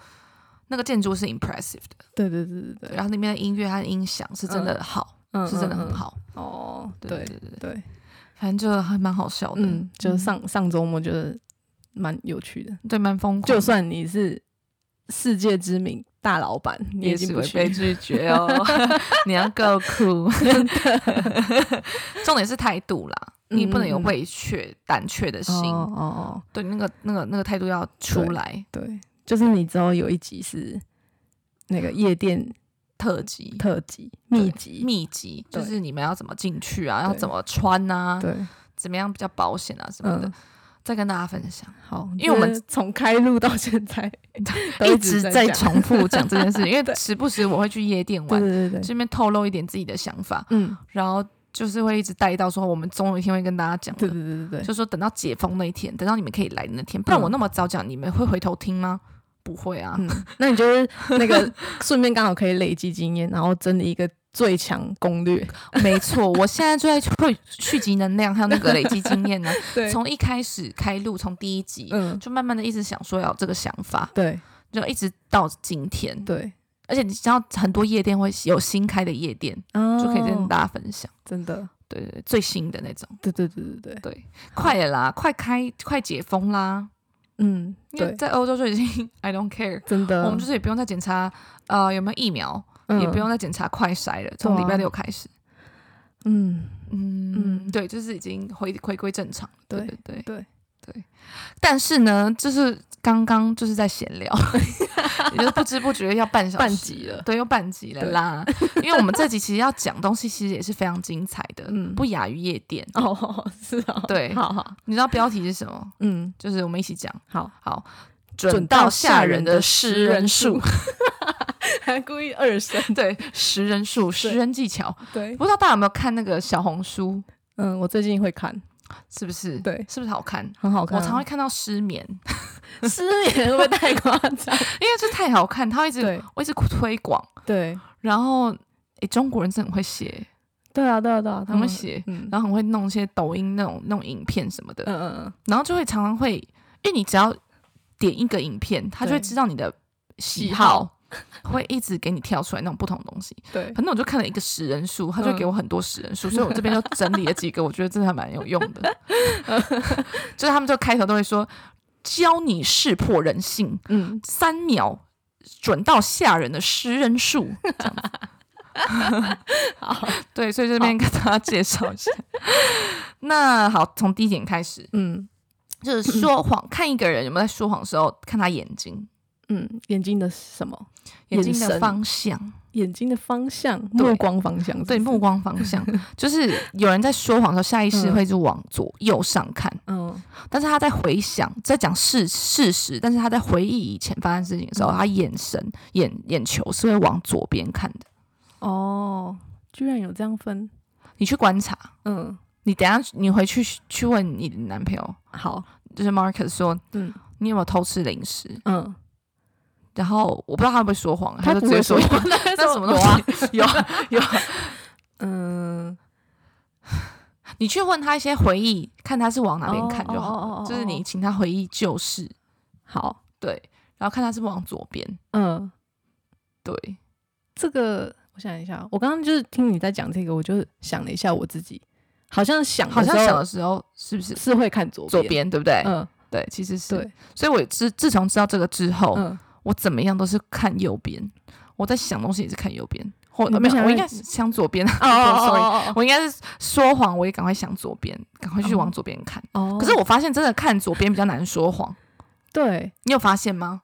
Speaker 1: 那个建筑是 impressive 的，
Speaker 2: 对对对对
Speaker 1: 然后里面的音乐和音响是真的好，
Speaker 2: 对，
Speaker 1: 是真的很
Speaker 2: 嗯好。嗯嗯
Speaker 1: 好。
Speaker 2: 哦，
Speaker 1: 对
Speaker 2: 对
Speaker 1: 对对，对
Speaker 2: 对，
Speaker 1: 反正就还蛮好笑的，
Speaker 2: 嗯，就是上上周末觉得蛮有趣的，
Speaker 1: 对，蛮疯狂的，
Speaker 2: 就算你是世界知名大老板，你
Speaker 1: 也
Speaker 2: 已经
Speaker 1: 是
Speaker 2: 不
Speaker 1: 会
Speaker 2: 去
Speaker 1: 被拒绝哦。 [laughs] 你要够酷， [laughs] 重点是态度啦，
Speaker 2: 嗯
Speaker 1: 你不能有畏怯、胆怯的心，
Speaker 2: 哦哦哦，
Speaker 1: 对，那个那个那个态度要出来。
Speaker 2: 对，就是你之后有一集是那个夜店
Speaker 1: 特辑、
Speaker 2: 特辑
Speaker 1: 对
Speaker 2: 秘籍，
Speaker 1: 秘籍，就
Speaker 2: 对
Speaker 1: 是你们要怎么进去啊，
Speaker 2: 对
Speaker 1: 要怎么穿啊，
Speaker 2: 对，
Speaker 1: 怎么样比较保险啊什么的
Speaker 2: 嗯，，
Speaker 1: 再跟大家分享。
Speaker 2: 好，
Speaker 1: 因为我们
Speaker 2: 就是从开录到现在 [laughs] 都
Speaker 1: 一直在
Speaker 2: 在讲，
Speaker 1: 重复讲这件
Speaker 2: [laughs]
Speaker 1: 事，因为时不时我会去夜店
Speaker 2: 对
Speaker 1: 玩，
Speaker 2: 对对对，
Speaker 1: 这边透露一点自己的想法，
Speaker 2: 嗯，
Speaker 1: 然后就是会一直带到说，我们总有一天会跟大家讲
Speaker 2: 对
Speaker 1: 的，
Speaker 2: 对对对对，
Speaker 1: 就说等到解封那一天，等到你们可以来的那天，不然
Speaker 2: 嗯
Speaker 1: 我那么早讲，你们会回头听吗？不会啊，
Speaker 2: 嗯，那你就是那
Speaker 1: [laughs]
Speaker 2: 个顺便刚好可以累积经验，然后整理一个最强攻略，
Speaker 1: 没错，我现在就在会蓄积能量，还有那个累积经验呢。
Speaker 2: 对
Speaker 1: 从一开始开录，从第一集。
Speaker 2: 嗯，
Speaker 1: 就慢慢的一直想说要有这个想法，
Speaker 2: 对
Speaker 1: 就一直到今天。
Speaker 2: 对，
Speaker 1: 而且你知道很多夜店会有新开的夜店，就
Speaker 2: 就
Speaker 1: 可以跟大家分享。
Speaker 2: 哦真的，
Speaker 1: 对对对，最新的那种。
Speaker 2: 对对对对对，
Speaker 1: 对，快了啦，快开，快解封啦！
Speaker 2: 嗯，
Speaker 1: 因为 [laughs]
Speaker 2: 对，
Speaker 1: 在欧洲就已经 I don't care，
Speaker 2: 真的，
Speaker 1: 我们就是也不用再检查呃有没有疫苗，
Speaker 2: 嗯
Speaker 1: 也不用再检查快筛了，从
Speaker 2: 对啊
Speaker 1: 礼拜六开始。
Speaker 2: 嗯，
Speaker 1: 嗯，
Speaker 2: 嗯
Speaker 1: 对，就是已经回回归正常。对
Speaker 2: 对
Speaker 1: 对对
Speaker 2: 对
Speaker 1: 对。但是呢，就是刚刚就是在闲
Speaker 2: [laughs]
Speaker 1: 聊，也就是不知不觉要半小时
Speaker 2: 半集了
Speaker 1: 对，又半集了
Speaker 2: 对
Speaker 1: 啦。因为我们这集其实要讲东西，其实也是非常精彩的，
Speaker 2: 嗯
Speaker 1: 不亚于夜店。
Speaker 2: 哦， [laughs] 是哦，
Speaker 1: 对
Speaker 2: 好好，
Speaker 1: 你知道标题是什么？
Speaker 2: 嗯，
Speaker 1: 就是我们一起讲，
Speaker 2: 好，
Speaker 1: 好，
Speaker 2: 准到吓人的识人术， [laughs] 还故意二声，
Speaker 1: 对，识人术、识人技巧。
Speaker 2: 对，
Speaker 1: 不知道大家有没有看那个小红书，
Speaker 2: 嗯，我最近会看，
Speaker 1: 是不是？
Speaker 2: 对
Speaker 1: 是不是好看？
Speaker 2: 很好看
Speaker 1: 我
Speaker 2: 啊，
Speaker 1: 常会看到失眠， [laughs]
Speaker 2: 失 [laughs] 眠，会不会太夸张？
Speaker 1: 因为这太好看，他会一直
Speaker 2: [laughs] 对
Speaker 1: 我一直推广，
Speaker 2: 对，
Speaker 1: 然后诶，中国人真的很会写，
Speaker 2: 对啊，对啊，对啊，
Speaker 1: 他们写，
Speaker 2: 嗯
Speaker 1: 然后很会弄一些抖音那种那种影片什么的，
Speaker 2: 嗯嗯
Speaker 1: 然后就会常常会，因为你只要点一个影片，他就会
Speaker 2: 对
Speaker 1: 知道你的喜
Speaker 2: 喜
Speaker 1: 好， [laughs] 会一直给你跳出来那种不同的东西。
Speaker 2: 嗯，对，嗯
Speaker 1: 反正我就看了一个十人数，他就给我很多十人数，所以我这边就整理了几个，我觉得真的还蛮有用
Speaker 2: [laughs]
Speaker 1: 的。就是他们就开头都会说，教你识破人性，
Speaker 2: [laughs] 嗯，
Speaker 1: 三秒准到吓人的识人术。
Speaker 2: [laughs] 好，
Speaker 1: 对，所以这边跟大家介绍一下。那好，从第一点开始，
Speaker 2: 嗯 [clears throat]
Speaker 1: 就是说谎，看一个人有没有在说谎的时候，看他眼睛，
Speaker 2: 嗯，眼睛的什么？
Speaker 1: 眼睛
Speaker 2: 眼
Speaker 1: 的
Speaker 2: 神
Speaker 1: 方向，
Speaker 2: 眼睛的方向，
Speaker 1: 对
Speaker 2: 目光方向，
Speaker 1: 对，目，光方向，就是有人在说谎的时候，下意识
Speaker 2: 嗯
Speaker 1: 会是往左右上看。
Speaker 2: 嗯
Speaker 1: 但是他在回想，在讲事事实，但是他在回忆以前发生事情的时
Speaker 2: 嗯
Speaker 1: 候，他眼神、眼眼球是会往左边看的。
Speaker 2: 哦，居然有这样分，
Speaker 1: 你去观察，
Speaker 2: 嗯，
Speaker 1: 你等一下你回去去问你的男朋友，
Speaker 2: 好，
Speaker 1: 就是 Marcus 说
Speaker 2: 嗯
Speaker 1: 你有没有偷吃零食？
Speaker 2: 嗯，
Speaker 1: 然后我不知道他会不会说谎，
Speaker 2: 他
Speaker 1: 就
Speaker 2: 不
Speaker 1: 直接
Speaker 2: 会
Speaker 1: 说
Speaker 2: 说 [laughs]
Speaker 1: 谎。那什么东西？ [laughs] 有啊有啊，
Speaker 2: 嗯，
Speaker 1: 你去问他一些回忆，看他是往哪边看就好了。
Speaker 2: 哦哦哦哦哦
Speaker 1: 就是你请他回忆旧事，
Speaker 2: 好，
Speaker 1: 对，然后看他是不是往左边，
Speaker 2: 嗯，
Speaker 1: 对，
Speaker 2: 这个我想一下，哦我刚刚就是听你在讲这个，我就想了一下我自己，好像想的
Speaker 1: 好像
Speaker 2: 嗯时候
Speaker 1: 想的时候是不是
Speaker 2: 是会看左
Speaker 1: 左，边，对不对？
Speaker 2: 嗯，
Speaker 1: 对，其实是。
Speaker 2: 对，
Speaker 1: 所以我自自从知道这个之后，
Speaker 2: 嗯，
Speaker 1: 我怎么样都是看右边。我在想东西也是看右边，或
Speaker 2: 你不
Speaker 1: 呃没有，
Speaker 2: 想
Speaker 1: 我
Speaker 2: 让
Speaker 1: 应该是想左边。
Speaker 2: [laughs] 哦
Speaker 1: [laughs] sorry，
Speaker 2: 哦
Speaker 1: 我应该是说谎，我也赶快想左边，赶快去
Speaker 2: 哦
Speaker 1: 往左边看。
Speaker 2: 哦，
Speaker 1: 可是我发现真的看左边比较难说谎，
Speaker 2: 对
Speaker 1: 你有发现吗？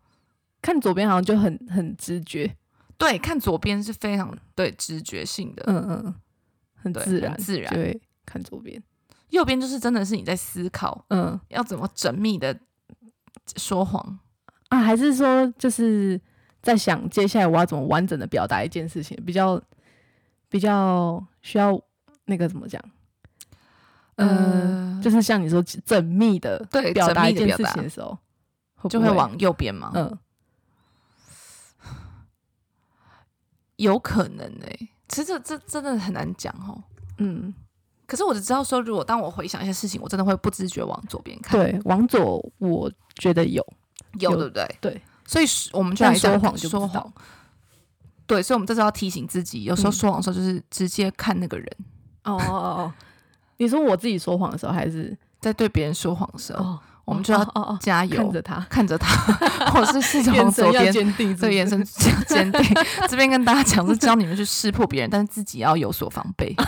Speaker 2: 看左边好像就很很直觉，
Speaker 1: 对，看左边是非常对直觉性的，
Speaker 2: 嗯嗯，嗯很
Speaker 1: 对，
Speaker 2: 自
Speaker 1: 很
Speaker 2: 然，
Speaker 1: 自然。
Speaker 2: 对，看左边，
Speaker 1: 右边就是真的是你在思考
Speaker 2: 嗯
Speaker 1: 要怎么缜密的说谎。
Speaker 2: 啊，还是说就是在想接下来我要怎么完整的表达一件事情，比较比较需要那个怎么讲，呃，就是像你说缜密的
Speaker 1: 对
Speaker 2: 表达
Speaker 1: 缜
Speaker 2: 一
Speaker 1: 密地
Speaker 2: 件
Speaker 1: 表
Speaker 2: 事
Speaker 1: 达
Speaker 2: 情的时候，会不
Speaker 1: 就会往右边嘛，
Speaker 2: 嗯
Speaker 1: 有可能哎、其实这这真的很难讲哦。
Speaker 2: 嗯，
Speaker 1: 可是我只知道说，如果当我回想一些事情，我真的会不自觉往左边看，
Speaker 2: 对，往左我觉得有，
Speaker 1: 有
Speaker 2: 有
Speaker 1: 对不对？
Speaker 2: 对，
Speaker 1: 所以是我们就来
Speaker 2: 但
Speaker 1: 讲
Speaker 2: 说谎就不
Speaker 1: 说
Speaker 2: 知道
Speaker 1: 谎，，对，所以我们这时候要提醒自己，有时候
Speaker 2: 嗯
Speaker 1: 说谎的时候就是直接看那个人，
Speaker 2: 哦哦哦哦， [laughs] 你说我自己说谎的时候还是
Speaker 1: 在对别人说谎的时候，
Speaker 2: 哦，
Speaker 1: 我们就要
Speaker 2: 哦哦哦，
Speaker 1: 加油，
Speaker 2: 看着他，
Speaker 1: 看着
Speaker 2: [laughs]
Speaker 1: 他，或者是试着往
Speaker 2: 眼神
Speaker 1: 左
Speaker 2: 要
Speaker 1: 边。
Speaker 2: 坚
Speaker 1: [laughs]
Speaker 2: 定，
Speaker 1: 对，眼 [laughs] 神坚定。这边跟大家讲是教你们去识破别人，但是自己要有所防备。 [laughs]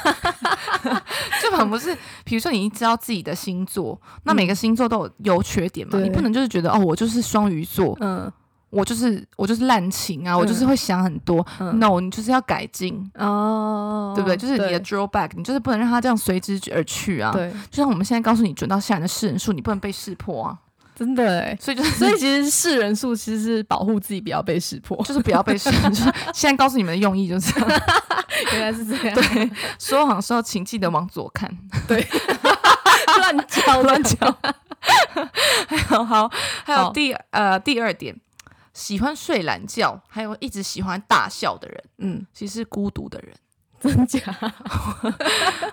Speaker 1: 就很不是，比如说你知道自己的星座，那每个星座都有优缺点嘛，
Speaker 2: 嗯对
Speaker 1: 你不能就是觉得哦，我就是双鱼座，
Speaker 2: 嗯
Speaker 1: 我就是我就是滥情啊，我就是
Speaker 2: 嗯
Speaker 1: 会想很多。
Speaker 2: 嗯
Speaker 1: No，你就是要改进，
Speaker 2: 哦，
Speaker 1: 对不对？就是你的 drawback，你就是不能让它这样随之而去啊。
Speaker 2: 对，
Speaker 1: 就像我们现在告诉你准到吓人的世人数，你不能被识破啊。
Speaker 2: 真的哎。
Speaker 1: 所以就是，
Speaker 2: [laughs] 所以其实识人术其实是保护自己不要被识 [laughs] 破
Speaker 1: 就是不要被识，就是现在告诉你们的用意就是 [laughs] 这样。
Speaker 2: 原来是这样，
Speaker 1: 对，说谎的时候请记得往左看。
Speaker 2: [laughs] 乱叫乱叫，
Speaker 1: 好 [laughs] 好，还有
Speaker 2: 好
Speaker 1: 第呃第二点，喜欢睡懒觉，还有一直喜欢大笑的人，
Speaker 2: 嗯，
Speaker 1: 其实是孤独的人。
Speaker 2: 真假？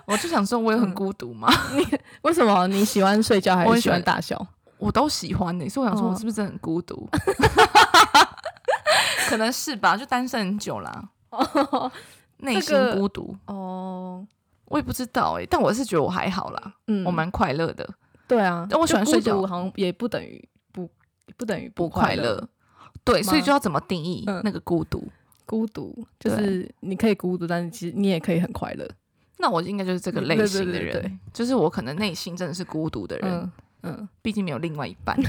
Speaker 1: 我就想说，我也
Speaker 2: 嗯
Speaker 1: 很孤独嘛，
Speaker 2: [laughs] 为什么你喜欢睡觉还
Speaker 1: 我
Speaker 2: 是
Speaker 1: 也
Speaker 2: 喜
Speaker 1: 喜欢
Speaker 2: 欢大笑？
Speaker 1: [laughs] 我都喜欢你、所以我想说，
Speaker 2: 哦
Speaker 1: 我是不是真的很孤独？ [laughs] 可能是吧，就单身很久啦，
Speaker 2: [laughs] 哦
Speaker 1: 内心
Speaker 2: 这个
Speaker 1: 孤独，
Speaker 2: 哦，
Speaker 1: 我也不知道哎、但我是觉得我还好啦，
Speaker 2: 嗯
Speaker 1: 我蛮快乐的，
Speaker 2: 对啊，
Speaker 1: 但我喜欢
Speaker 2: 就
Speaker 1: 睡觉
Speaker 2: 孤独好像也不等于不不等于
Speaker 1: 不快
Speaker 2: 快
Speaker 1: 乐。对，所以
Speaker 2: 吗
Speaker 1: 就要怎么定义
Speaker 2: 嗯
Speaker 1: 那个孤独？
Speaker 2: 孤独就
Speaker 1: 对
Speaker 2: 是你可以孤独，但是其实你也可以很快乐。
Speaker 1: 那我应该就是这个类
Speaker 2: 嗯对对
Speaker 1: 型的
Speaker 2: 对
Speaker 1: 人，
Speaker 2: 对
Speaker 1: 就是我可能内心真的是孤独的人，
Speaker 2: 嗯嗯，
Speaker 1: 毕竟没有另外一
Speaker 2: [laughs]
Speaker 1: 半，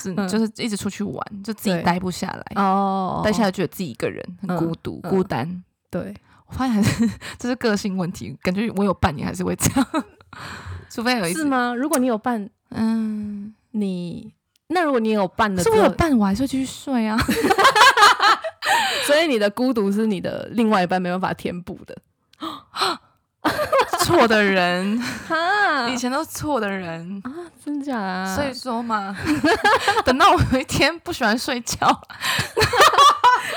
Speaker 1: 是
Speaker 2: 嗯
Speaker 1: 就是一直出去玩，就自己
Speaker 2: 对
Speaker 1: 待不下来，
Speaker 2: 哦
Speaker 1: 待下来觉得自己一个人很
Speaker 2: 嗯
Speaker 1: 孤独、
Speaker 2: 嗯
Speaker 1: 孤单。
Speaker 2: 对，
Speaker 1: 我发现还是 [laughs] 这是个性问题，感觉我有伴也还是会这样， [laughs] 除非有一
Speaker 2: 是
Speaker 1: 次，
Speaker 2: 吗？如果你有伴，
Speaker 1: 嗯，
Speaker 2: 你那如果你有伴
Speaker 1: 可
Speaker 2: 的，
Speaker 1: 是我有，伴，我还是会继续睡
Speaker 2: [laughs]
Speaker 1: 啊。
Speaker 2: 所以你的孤独是你的另外一半没办法填补的。
Speaker 1: 错的人，
Speaker 2: 哈 [laughs]
Speaker 1: 以前都是错的人，
Speaker 2: 啊，真假嗯啊？
Speaker 1: 所以说嘛， [laughs] 等到我有一天不喜欢睡觉，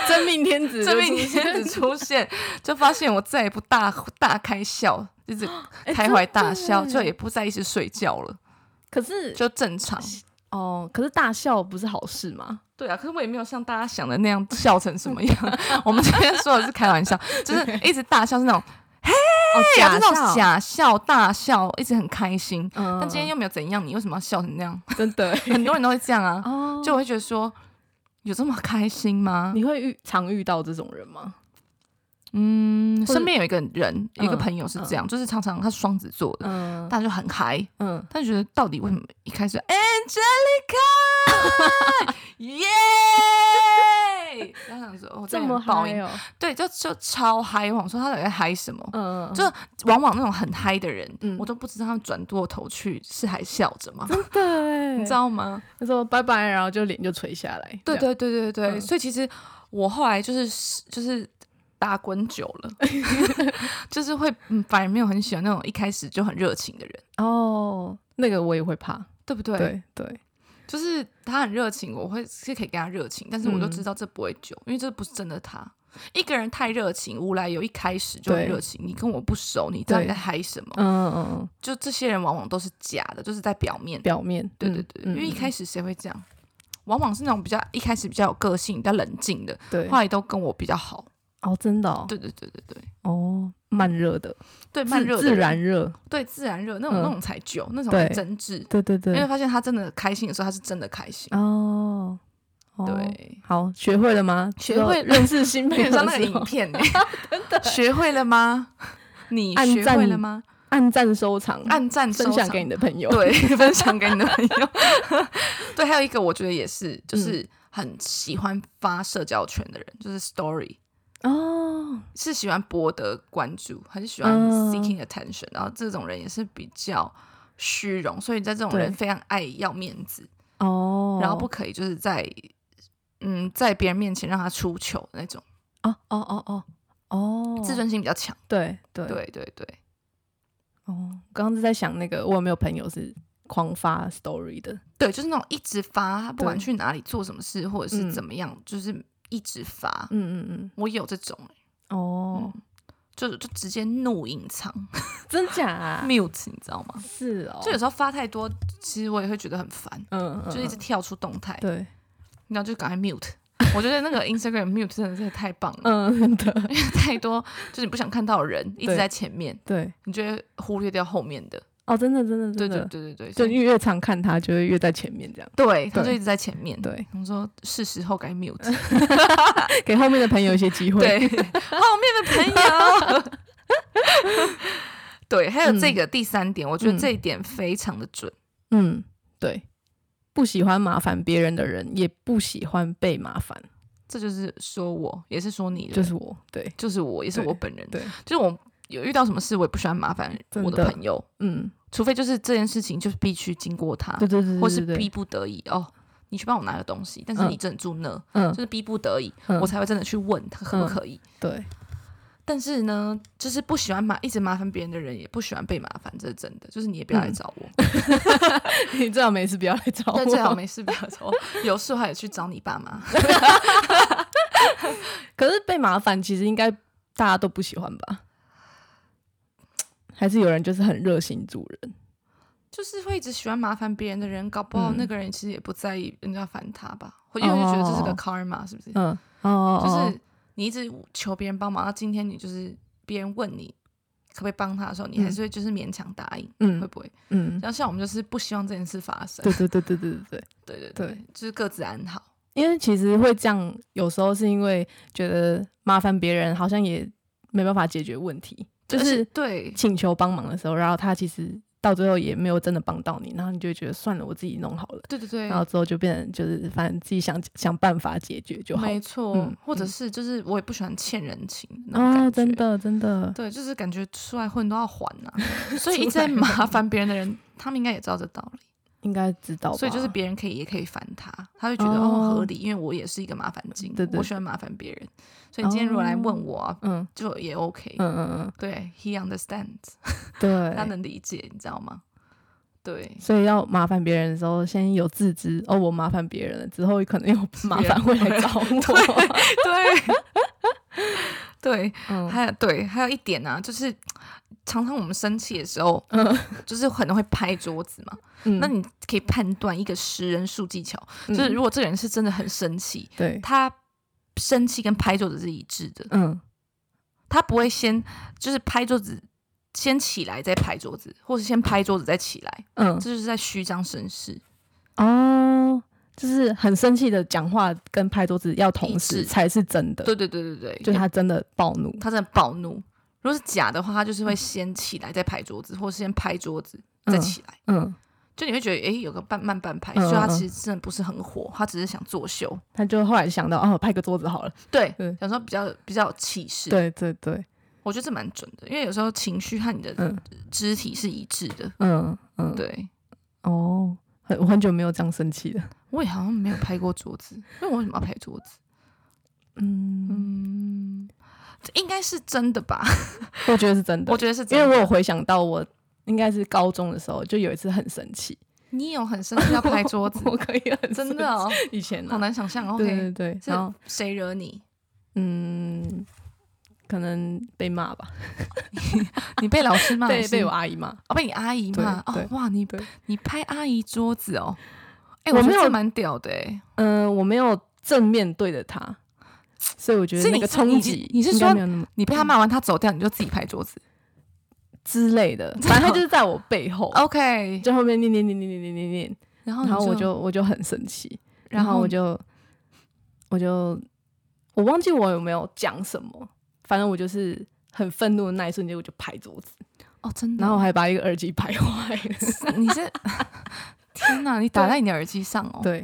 Speaker 2: 真命天子
Speaker 1: 这
Speaker 2: 就出
Speaker 1: 命
Speaker 2: 现，
Speaker 1: 天子出现，就发现我再也不大大开笑，一直
Speaker 2: [gasps] 哎
Speaker 1: 开怀大笑，
Speaker 2: 真的
Speaker 1: 就
Speaker 2: 耶
Speaker 1: 也不再一直睡觉了，
Speaker 2: 可是
Speaker 1: 就正常。
Speaker 2: 哦，可是大笑不是好事吗？
Speaker 1: 对啊，可是我也没有像大家想的那样笑成什么样。 [laughs] 我们今天说的是开玩笑，就是一直大笑是那种
Speaker 2: 哦，
Speaker 1: 对啊，
Speaker 2: 假
Speaker 1: 是那种
Speaker 2: 笑，
Speaker 1: 假笑大笑，一直很开心。
Speaker 2: 嗯
Speaker 1: 但今天又没有怎样，你为什么要笑成那样？
Speaker 2: 真
Speaker 1: [laughs]
Speaker 2: 的 [laughs]
Speaker 1: 很多人都会这样啊。
Speaker 2: 哦，
Speaker 1: 就我会觉得说，有这么开心吗？
Speaker 2: 你会遇常遇到这种人吗？
Speaker 1: 嗯，
Speaker 2: 者
Speaker 1: 身边有一个人，有一个
Speaker 2: 嗯
Speaker 1: 朋友是这样，就是常常他是双子座的，
Speaker 2: 嗯
Speaker 1: 大家就很嗨，
Speaker 2: 嗯，
Speaker 1: 他就觉得到底为什么一开
Speaker 2: [laughs]
Speaker 1: 始 Angelica 耶，然后想说哦，
Speaker 2: 这
Speaker 1: 样
Speaker 2: 么
Speaker 1: 很报
Speaker 2: 嗨
Speaker 1: 应， [laughs]
Speaker 2: 哦，
Speaker 1: 对，就就超嗨，我想说他到底在嗨什么？
Speaker 2: 嗯，
Speaker 1: 就往往那种很嗨的人，
Speaker 2: 嗯
Speaker 1: 我都不知道他们转过头去是还笑着吗？
Speaker 2: 真的哎，
Speaker 1: 你知道吗？
Speaker 2: 他说拜拜，然后就脸就垂下来。
Speaker 1: 对
Speaker 2: 这样，
Speaker 1: 对对对对，
Speaker 2: 嗯
Speaker 1: 所以其实我后来就是就是打滚久
Speaker 2: [laughs]
Speaker 1: 了，就是会嗯，反而没有很喜欢那种一开始就很热情的人，
Speaker 2: 哦，那个我也会怕。
Speaker 1: 对不对？
Speaker 2: 对对，
Speaker 1: 就是他很热情，我会是可以跟他热情，但是我就
Speaker 2: 嗯
Speaker 1: 知道这不会久，因为这不是真的他。一个人太热情，无来由一开始就很
Speaker 2: 对
Speaker 1: 热情，你跟我不熟，你到底
Speaker 2: 对
Speaker 1: 在嗨什么？
Speaker 2: 嗯嗯嗯，
Speaker 1: 就这些人往往都是假的，就是在表面。
Speaker 2: 表面，
Speaker 1: 对
Speaker 2: 嗯
Speaker 1: 对对，
Speaker 2: 嗯
Speaker 1: 因为一
Speaker 2: 嗯
Speaker 1: 开始谁会这样？往往是那种比较一开始比较有个性、比较冷静的，
Speaker 2: 对
Speaker 1: 后，来都跟我比较好。
Speaker 2: 哦，真的哦，
Speaker 1: 对对对对对
Speaker 2: 哦，慢热的，
Speaker 1: 对，慢
Speaker 2: 自
Speaker 1: 热的
Speaker 2: 自
Speaker 1: 人
Speaker 2: 然热，
Speaker 1: 对自然热那种、
Speaker 2: 嗯
Speaker 1: 那种才久，那种
Speaker 2: 对
Speaker 1: 才真挚。
Speaker 2: 对对
Speaker 1: 因为
Speaker 2: 对，
Speaker 1: 发现他真的开心的时候，他是真的开心。
Speaker 2: 哦，哦，
Speaker 1: 对，
Speaker 2: 好，学会了吗？
Speaker 1: 学
Speaker 2: 知道
Speaker 1: 会
Speaker 2: 认识新
Speaker 1: 有
Speaker 2: 朋
Speaker 1: [laughs]
Speaker 2: 友
Speaker 1: 点像那
Speaker 2: 的
Speaker 1: 个
Speaker 2: 时
Speaker 1: 影
Speaker 2: 候，
Speaker 1: 片呢、欸
Speaker 2: [laughs]
Speaker 1: 学会了吗？你
Speaker 2: 按
Speaker 1: 学
Speaker 2: 赞
Speaker 1: 会了吗？
Speaker 2: 按赞收藏，
Speaker 1: 按赞收
Speaker 2: 分享
Speaker 1: 藏
Speaker 2: 给你的朋友。哦
Speaker 1: 对， [laughs] 分享给你的朋友。 [laughs] 对，还有一个我觉得也是，
Speaker 2: 嗯
Speaker 1: 就是很喜欢发社交圈的人，就是 Story。
Speaker 2: 哦，
Speaker 1: 是喜欢博得关注，很喜欢
Speaker 2: 嗯
Speaker 1: seeking attention，、然后这种人也是比较虚荣，所以在这种
Speaker 2: 对
Speaker 1: 人非常爱要面子，
Speaker 2: 哦，
Speaker 1: 然后不可以就是在嗯在别人面前让他出糗的那种，
Speaker 2: 哦哦哦哦哦，
Speaker 1: 自尊心比较强。
Speaker 2: 对对
Speaker 1: 对对对，
Speaker 2: 哦，刚刚是在想那个，我有没有朋友是狂发 story 的？
Speaker 1: 对，就是那种一直发，他不管
Speaker 2: 对
Speaker 1: 去哪里做什么事或者是
Speaker 2: 嗯
Speaker 1: 怎么样，就是一直发。
Speaker 2: 嗯嗯
Speaker 1: 我有这种、欸
Speaker 2: 嗯，哦，
Speaker 1: 就就直接怒隐藏、
Speaker 2: 真假、啊？
Speaker 1: mute，你知道吗？
Speaker 2: 是哦，
Speaker 1: 就有时候发太多，其实我也会觉得很烦，
Speaker 2: 嗯，嗯
Speaker 1: 就一直
Speaker 2: 嗯
Speaker 1: 跳出动态。
Speaker 2: 对，
Speaker 1: 然后就赶快 mute。我觉得那个 Instagram mute 真的是太棒了，
Speaker 2: 嗯，真的，
Speaker 1: 因为 [laughs] 太多就是你不想看到的人一直
Speaker 2: 对
Speaker 1: 在前面，
Speaker 2: [laughs] 对，
Speaker 1: 你就会忽略掉后面的。
Speaker 2: 哦，真的，真的，
Speaker 1: 对
Speaker 2: 真
Speaker 1: 对
Speaker 2: 的，
Speaker 1: 对对对，
Speaker 2: 就
Speaker 1: 所以
Speaker 2: 越常看他，就会越在前面这样。
Speaker 1: 对，他
Speaker 2: 对
Speaker 1: 就一直在前面。
Speaker 2: 对，
Speaker 1: 我说是时候该
Speaker 2: [laughs]
Speaker 1: mute。
Speaker 2: 给后面的朋友一些 [laughs] 机会。
Speaker 1: 对，后面的朋友。
Speaker 2: [laughs]
Speaker 1: 对，还有这个第三点，我觉得
Speaker 2: 嗯
Speaker 1: 这一点非常的准。
Speaker 2: 嗯，对，不喜欢麻烦别人的人，也不喜欢被麻烦，
Speaker 1: 这就是说我，也是说你的，
Speaker 2: 就是我。对，
Speaker 1: 就是我，也是
Speaker 2: 对
Speaker 1: 我本人。
Speaker 2: 对，
Speaker 1: 就是我有遇到什么事，我也不喜欢麻烦
Speaker 2: 真
Speaker 1: 我的
Speaker 2: 的
Speaker 1: 朋友，
Speaker 2: 嗯，
Speaker 1: 除非就是这件事情就是必须经过他。
Speaker 2: 对对对，对
Speaker 1: 或是，
Speaker 2: 对
Speaker 1: 逼
Speaker 2: 对
Speaker 1: 不得已哦，你去帮我拿个东西，但是
Speaker 2: 嗯
Speaker 1: 你真的住那，
Speaker 2: 嗯
Speaker 1: 就，是逼不得已，
Speaker 2: 嗯
Speaker 1: 我才会真的去问他可不可以。
Speaker 2: 对， [laughs]
Speaker 1: 但是呢，就是不喜欢麻一直麻烦别人的人，也不喜欢被麻烦，这是真的。就是你也不
Speaker 2: 嗯
Speaker 1: 要来找我，
Speaker 2: 你最好没事不要来找我。
Speaker 1: 对，最好没事不要找我，有事的话也去找你爸妈。
Speaker 2: 可是被麻烦，其实应该大家都不喜欢吧？还是有人就是很热心助人？
Speaker 1: 就是会一直喜欢麻烦别人的人，搞不好
Speaker 2: 嗯
Speaker 1: 那个人其实也不在意人家烦他吧，我因为就觉得这是个
Speaker 2: 哦
Speaker 1: karma，是不是？
Speaker 2: 嗯，哦，
Speaker 1: 就是你一直求别人帮忙，那今天你就是别人问你可不可以帮他的时候，你还
Speaker 2: 嗯
Speaker 1: 是会就是勉强答应，会
Speaker 2: 嗯
Speaker 1: 不会？
Speaker 2: 嗯，
Speaker 1: 然后像我们就是不希望这件事发生，
Speaker 2: 对对对对对对对
Speaker 1: 对对对
Speaker 2: 对
Speaker 1: 就是各自安好。
Speaker 2: 因为其实会这样，有时候是因为觉得麻烦别人，好像也没办法解决问题，就
Speaker 1: 而且
Speaker 2: 是
Speaker 1: 对，
Speaker 2: 请求帮忙的时候，然后他其实到最后也没有真的帮到你，然后你就会觉得算了，我自己弄好了，
Speaker 1: 对对对
Speaker 2: 然，后之后就变成就是反正自己想想办法解决就好
Speaker 1: 没错，
Speaker 2: 嗯
Speaker 1: 或者
Speaker 2: 嗯
Speaker 1: 是就是我也不喜欢欠人情那种感
Speaker 2: 哦，
Speaker 1: 觉
Speaker 2: 真。的真的，
Speaker 1: 对，就是感觉出来混都要还呐、
Speaker 2: [laughs]
Speaker 1: 所以一直
Speaker 2: 出来
Speaker 1: 在麻烦别人的人，他们应该也知道这道理。
Speaker 2: 应该知道吧，
Speaker 1: 所以就是别人可以也可以烦他，他就觉得哦
Speaker 2: 哦
Speaker 1: 合理，因为我也是一个麻烦精，
Speaker 2: 对对
Speaker 1: 我喜欢麻烦别人，所以你今天如果来问我啊、
Speaker 2: 嗯
Speaker 1: 就也 OK，、
Speaker 2: 嗯
Speaker 1: [laughs]
Speaker 2: 嗯
Speaker 1: 对，he understands，
Speaker 2: 嗯，对，
Speaker 1: 他能理解，你知道吗？
Speaker 2: [laughs]
Speaker 1: 对，
Speaker 2: 所以要麻烦别人的时候，先有自知哦，我麻烦别人了，之后可能
Speaker 1: [laughs]
Speaker 2: 又麻烦会来找我。
Speaker 1: 啊对， [laughs] 对，
Speaker 2: 嗯
Speaker 1: 还有对，还有一点呢、啊，就是常常我们生气的时候，
Speaker 2: 嗯
Speaker 1: 就是很多会拍桌子嘛，
Speaker 2: 嗯
Speaker 1: 那你可以判断一个识人术技巧，
Speaker 2: 嗯
Speaker 1: 就是如果这个人是真的很生气，
Speaker 2: [laughs] 对，
Speaker 1: 他生气跟拍桌子是一致的，
Speaker 2: 嗯
Speaker 1: 他不会先就是拍桌子，先起来再拍桌子，或是先拍桌子再起来，
Speaker 2: 嗯
Speaker 1: 这就是在虚张声势。
Speaker 2: 哦，就是很生气的讲话跟拍桌子要同
Speaker 1: 一
Speaker 2: 时
Speaker 1: 致
Speaker 2: 才是真的，
Speaker 1: 对对对对对，
Speaker 2: 就他真的暴怒。
Speaker 1: 他真的暴怒。如果是假的话，他就是会先起来再拍桌子，或是先拍桌子再起来，
Speaker 2: 嗯，
Speaker 1: 就你会觉得诶，有个半慢半拍，
Speaker 2: 嗯嗯
Speaker 1: 所以他
Speaker 2: 嗯
Speaker 1: 其实真的不是很火，他只是想作秀，
Speaker 2: 他就后来想到哦，拍个桌子好了。
Speaker 1: 对
Speaker 2: 嗯，
Speaker 1: 想说比较比较有气势。，
Speaker 2: 对对对，
Speaker 1: 我觉得这蛮准的，因为有时候情绪和你的
Speaker 2: 嗯
Speaker 1: 肢体是一致的。
Speaker 2: 嗯嗯，
Speaker 1: 对，
Speaker 2: 哦，很我很久没有这样生气了。
Speaker 1: 我也好像没有拍过桌子，那我为什么要拍桌子？
Speaker 2: 嗯，
Speaker 1: 嗯，这应该是真的
Speaker 2: [laughs]
Speaker 1: 吧？
Speaker 2: 我觉得是真的
Speaker 1: 我，觉得是真
Speaker 2: 因
Speaker 1: 的，
Speaker 2: 为我有回想到我应该是高中的时候，就有一次很生气。
Speaker 1: 你有很生气要拍桌 [laughs] 子
Speaker 2: [laughs] ，我可以很
Speaker 1: 真的哦，
Speaker 2: 以前
Speaker 1: 好
Speaker 2: 呢、
Speaker 1: 难想象。
Speaker 2: 对对
Speaker 1: OK，
Speaker 2: 对，
Speaker 1: 是
Speaker 2: 然后
Speaker 1: 谁惹你？ [laughs]
Speaker 2: 嗯，可能被骂吧，
Speaker 1: 你被老师骂还
Speaker 2: 被
Speaker 1: 是，
Speaker 2: 被我阿姨骂，
Speaker 1: 哦，被你阿姨骂。
Speaker 2: 对
Speaker 1: 哦
Speaker 2: 对，
Speaker 1: 哇，你
Speaker 2: 对
Speaker 1: 你拍阿姨桌子哦？哎，
Speaker 2: 我
Speaker 1: 觉得
Speaker 2: 没有
Speaker 1: 这蛮屌的哎。
Speaker 2: 嗯、我没有正面对着她，所以我觉
Speaker 1: 所
Speaker 2: 得
Speaker 1: 以
Speaker 2: 那
Speaker 1: 你
Speaker 2: 个
Speaker 1: 是
Speaker 2: 冲
Speaker 1: 你
Speaker 2: 击
Speaker 1: 你是
Speaker 2: 应该
Speaker 1: 说
Speaker 2: 没有那么
Speaker 1: 你被他骂完，他走掉，你就自己拍桌子。
Speaker 2: 之类的，
Speaker 1: 真的
Speaker 2: 反正她就是在我背后，
Speaker 1: OK，
Speaker 2: 就后面念念念念念念念念，
Speaker 1: 然后
Speaker 2: 然后
Speaker 1: 哦你
Speaker 2: 我就我就很生气，
Speaker 1: 然
Speaker 2: 然
Speaker 1: 后
Speaker 2: 后我就我就我忘记我有没有讲什么，反正我就是很愤怒的那一瞬间，我就拍桌子，
Speaker 1: 哦，真的
Speaker 2: 然后
Speaker 1: 哦，
Speaker 2: 我还把一个耳机拍
Speaker 1: [laughs]
Speaker 2: 坏了。
Speaker 1: 你是天哪，你打在你的耳机上哦。
Speaker 2: 对，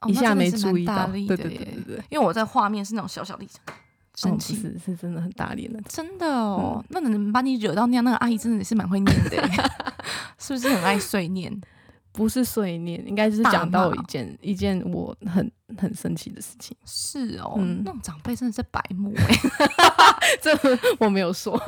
Speaker 1: 哦，
Speaker 2: 一
Speaker 1: 那
Speaker 2: 下
Speaker 1: 真的
Speaker 2: 没
Speaker 1: 是蛮
Speaker 2: 注意
Speaker 1: 大
Speaker 2: 到，对
Speaker 1: 力
Speaker 2: 对
Speaker 1: 的
Speaker 2: 对
Speaker 1: 耶
Speaker 2: 对对，
Speaker 1: 因为我在画面是那种小小的
Speaker 2: 哦
Speaker 1: 生
Speaker 2: 不
Speaker 1: 气，
Speaker 2: 是是真的很大力的，
Speaker 1: 真的哦，
Speaker 2: 嗯
Speaker 1: 那能把你惹到那样，那个阿姨真的也是蛮会念的
Speaker 2: [laughs]
Speaker 1: 耶，是不是很爱碎念？
Speaker 2: 不是碎念，应该就是
Speaker 1: 大
Speaker 2: 讲到
Speaker 1: 骂
Speaker 2: 一件一件我很很生气的事情， [laughs]
Speaker 1: 是哦，
Speaker 2: 嗯
Speaker 1: 那种长辈真的是白目哎， [laughs]
Speaker 2: 这我没有说，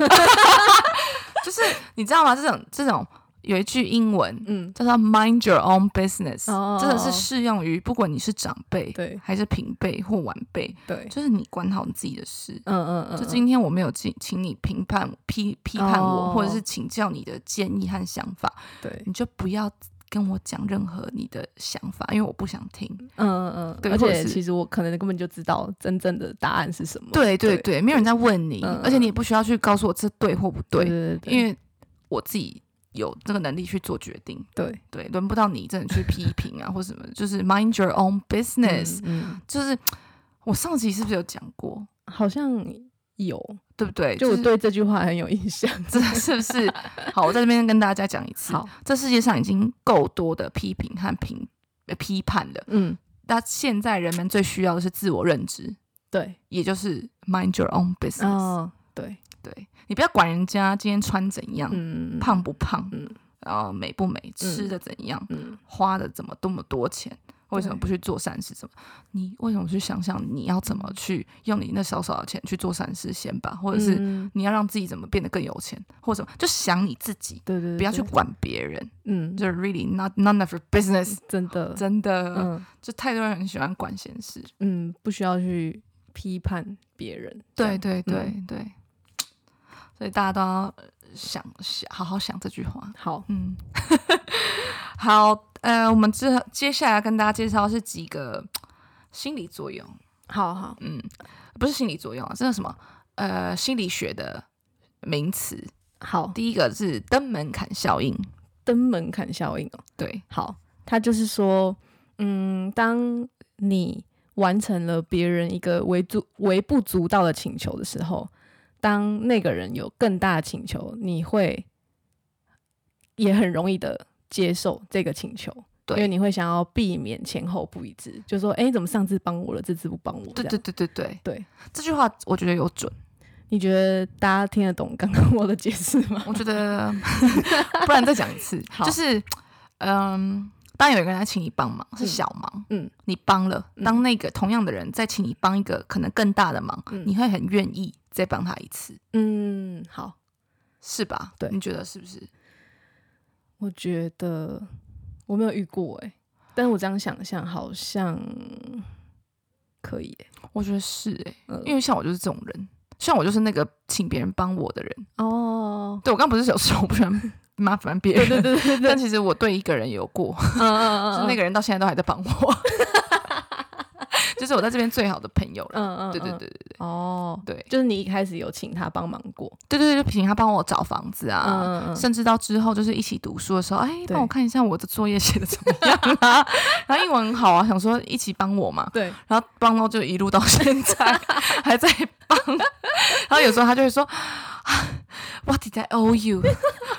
Speaker 1: 就是你知道吗？这种这种有一句英文
Speaker 2: 嗯，
Speaker 1: 叫做 “mind your own business”，、
Speaker 2: 哦
Speaker 1: 真的是适用于不管你是长辈
Speaker 2: 对
Speaker 1: 还是平辈或晚辈，
Speaker 2: 对，
Speaker 1: 就是你管好你自己的事。
Speaker 2: 嗯嗯嗯，
Speaker 1: 就
Speaker 2: 嗯
Speaker 1: 今天我没有请请你评判批批判我，
Speaker 2: 哦
Speaker 1: 或者是请教你的建议和想法，
Speaker 2: 对，
Speaker 1: 你就不要跟我讲任何你的想法，因为我不想听。
Speaker 2: 嗯嗯
Speaker 1: 对
Speaker 2: 嗯，而
Speaker 1: 或者
Speaker 2: 且
Speaker 1: 是
Speaker 2: 其实我可能根本就知道真正的答案是什么，
Speaker 1: 对对
Speaker 2: 对
Speaker 1: 对，没有人在问你，
Speaker 2: 嗯
Speaker 1: 而且你也不需要去告诉我这对或不
Speaker 2: 对
Speaker 1: 对，
Speaker 2: 对对，
Speaker 1: 因为我自己有这个能力去做决定。
Speaker 2: 对
Speaker 1: 对，轮不到你真的去批评啊或什么，就是 mind your own business，、
Speaker 2: 嗯，嗯
Speaker 1: 就是我上集是不是有讲过，
Speaker 2: 好像有，
Speaker 1: 对不对？
Speaker 2: 就我
Speaker 1: 是
Speaker 2: 对这句话很有印
Speaker 1: [laughs]
Speaker 2: 象，
Speaker 1: 这是不是？好，我在这边跟大家讲一次，
Speaker 2: 好，
Speaker 1: 这世界上已经够多的批评和评呃批判了，
Speaker 2: 嗯，
Speaker 1: 那现在人们最需要的是自我认知，
Speaker 2: 对，
Speaker 1: 也就是 mind your own business、
Speaker 2: 哦，对，
Speaker 1: 对你不要管人家今天穿怎样，
Speaker 2: 嗯，
Speaker 1: 胖，不胖，
Speaker 2: 嗯
Speaker 1: 然后美不美，吃的怎样，
Speaker 2: 嗯。
Speaker 1: 花的怎么多么多钱，为什么不去做善事？怎么？你为什么去想想你要怎么去用你那少少的钱去做善事先吧，或者是
Speaker 2: 嗯
Speaker 1: 你要让自己怎么变得更有钱，或者什么就想你自己，
Speaker 2: 对对对，
Speaker 1: 不要去
Speaker 2: 对，
Speaker 1: 管别人，
Speaker 2: 嗯，
Speaker 1: 就是 really not none of your business。
Speaker 2: 真的，
Speaker 1: 真的，
Speaker 2: 嗯
Speaker 1: 就太多人很喜欢管闲事。
Speaker 2: 嗯，不需要去批判别人，这
Speaker 1: 对
Speaker 2: 样，
Speaker 1: 对对
Speaker 2: 嗯
Speaker 1: 对，所以大家都要想想好好想这句话。
Speaker 2: 好，
Speaker 1: 嗯， [laughs] 好，呃，我们之后接下来跟大家介绍是几个心理作用，
Speaker 2: 好好，
Speaker 1: 嗯，不是心理作用啊，这是什么？呃，心理学的名词。
Speaker 2: 好，
Speaker 1: 第一个是登门槛效应，
Speaker 2: 登门槛效应哦，
Speaker 1: 对，
Speaker 2: 好，他就是说，嗯，当你完成了别人一个微足微不足道的请求的时候，当那个人有更大的请求，你会也很容易的接受这个请求。
Speaker 1: 对
Speaker 2: 因为你会想要避免前后不一致，就说，哎，怎么上次帮我了，这次不帮我？
Speaker 1: 对
Speaker 2: 这样
Speaker 1: 对对对对
Speaker 2: 对，
Speaker 1: 这句话我觉得有准，
Speaker 2: 你觉得大家听得懂刚刚 [laughs] 我的解释吗？
Speaker 1: 我觉得 [laughs] 不然再讲一次，
Speaker 2: 好
Speaker 1: 就是嗯。当有一个人来请你帮忙，是
Speaker 2: 嗯
Speaker 1: 小忙，
Speaker 2: 嗯，
Speaker 1: 你帮了。
Speaker 2: 嗯
Speaker 1: 当那个同样的人再请你帮一个可能更大的忙，
Speaker 2: 嗯
Speaker 1: 你会很愿意再帮他一次，
Speaker 2: 嗯，好，
Speaker 1: 是吧？
Speaker 2: 对
Speaker 1: 你觉得是不是？
Speaker 2: 我觉得我没有遇过哎、但是我这样想象好像可以、欸，
Speaker 1: 我觉得是诶、
Speaker 2: 嗯
Speaker 1: 因为像我就是这种人，像我就是那个请别人帮我的人。 [laughs]
Speaker 2: 哦，
Speaker 1: 对我刚不是有说我不喜
Speaker 2: [laughs]
Speaker 1: 欢麻烦别人，
Speaker 2: 对对对对对，
Speaker 1: 但其实我对一个人也有过，
Speaker 2: 嗯嗯
Speaker 1: 就是那个人到现在都还在帮我， [laughs] 就是我在这边最好的朋友了。
Speaker 2: 嗯嗯，
Speaker 1: 对对
Speaker 2: 嗯
Speaker 1: 对对
Speaker 2: 哦，
Speaker 1: 对
Speaker 2: 就是你一开始有请他帮忙过，
Speaker 1: 对对对，就请他帮我找房子啊。
Speaker 2: 嗯嗯嗯
Speaker 1: 甚至到之后就是一起读书的时候，哎，
Speaker 2: 对
Speaker 1: 帮我看一下我的作业写的怎么样啊？ [laughs] 然后英文很好啊，想说一起帮我嘛，
Speaker 2: 对，
Speaker 1: 然后帮到就一路到现在 [laughs] 还在帮，然后有时候他就会说啊，What did I owe you？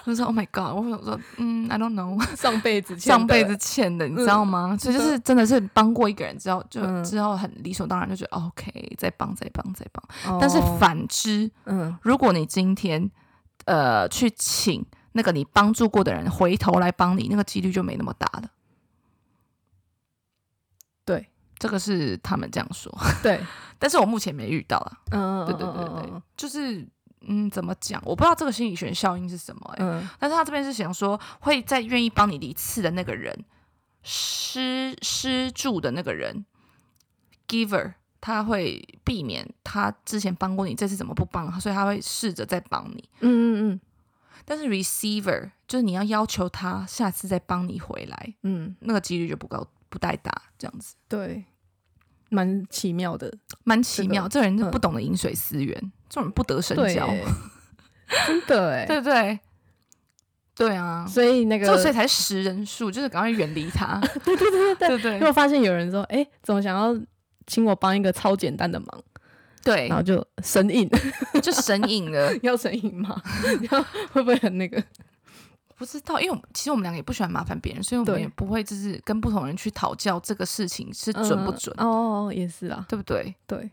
Speaker 1: 我就说 Oh my God！我想说，嗯，I don't
Speaker 2: [laughs]
Speaker 1: know，
Speaker 2: 上辈子欠
Speaker 1: [laughs]
Speaker 2: 的
Speaker 1: 上辈子欠的，你知道吗？所以就是真的是帮过一个人之后，就、
Speaker 2: 嗯
Speaker 1: 之后很理所当然就觉得 OK，再帮再帮再帮。
Speaker 2: 哦
Speaker 1: 但是反之，
Speaker 2: 嗯
Speaker 1: 如果你今天呃去请那个你帮助过的人回头来帮你，那个几率就没那么大了。
Speaker 2: 对
Speaker 1: 这个是他们这样说， [laughs]
Speaker 2: 对，
Speaker 1: 但是我目前没遇到啦。啊
Speaker 2: 嗯嗯
Speaker 1: 对对
Speaker 2: 嗯
Speaker 1: 对
Speaker 2: 嗯
Speaker 1: 对，
Speaker 2: 嗯
Speaker 1: 对，就是嗯，怎么讲？我不知道这个心理学效应是什么、欸，
Speaker 2: 嗯嗯
Speaker 1: 但是他这边是想说，会在愿意帮你一次的那个人，施施助的那个人，giver，他会避免他之前帮过你，这次怎么不帮？所以他会试着再帮你。
Speaker 2: 嗯嗯
Speaker 1: 但是 receiver 就是你要要求他下次再帮你回来，
Speaker 2: 嗯，
Speaker 1: 那个几率就不高，不太大，这样子。
Speaker 2: 对，蛮奇妙的，
Speaker 1: 蛮奇
Speaker 2: 这个
Speaker 1: 妙，这个人是
Speaker 2: 嗯
Speaker 1: 不懂得饮水思源，这种人不得深 [laughs]
Speaker 2: 对
Speaker 1: 交，
Speaker 2: 欸，真的哎，
Speaker 1: 对不对？对啊，
Speaker 2: 所以那个
Speaker 1: 就所以才识人数，就是赶快远离他，
Speaker 2: [laughs] 对对对对对
Speaker 1: 对不
Speaker 2: [laughs]
Speaker 1: 对
Speaker 2: 因为我发现有人说，哎、怎么想要请我帮一个超简单的忙，然
Speaker 1: 对，
Speaker 2: 后就神隐， [laughs]
Speaker 1: 就神隐了。
Speaker 2: 要神隐吗？ [laughs] 要会不会很那个？
Speaker 1: 不知道，因为我们其实我们两个也不喜欢麻烦别人，所以我
Speaker 2: 对
Speaker 1: 们也不会就是跟不同人去讨教这个事情是准不准，
Speaker 2: 嗯哦，也是啊，
Speaker 1: 对不对？
Speaker 2: 对，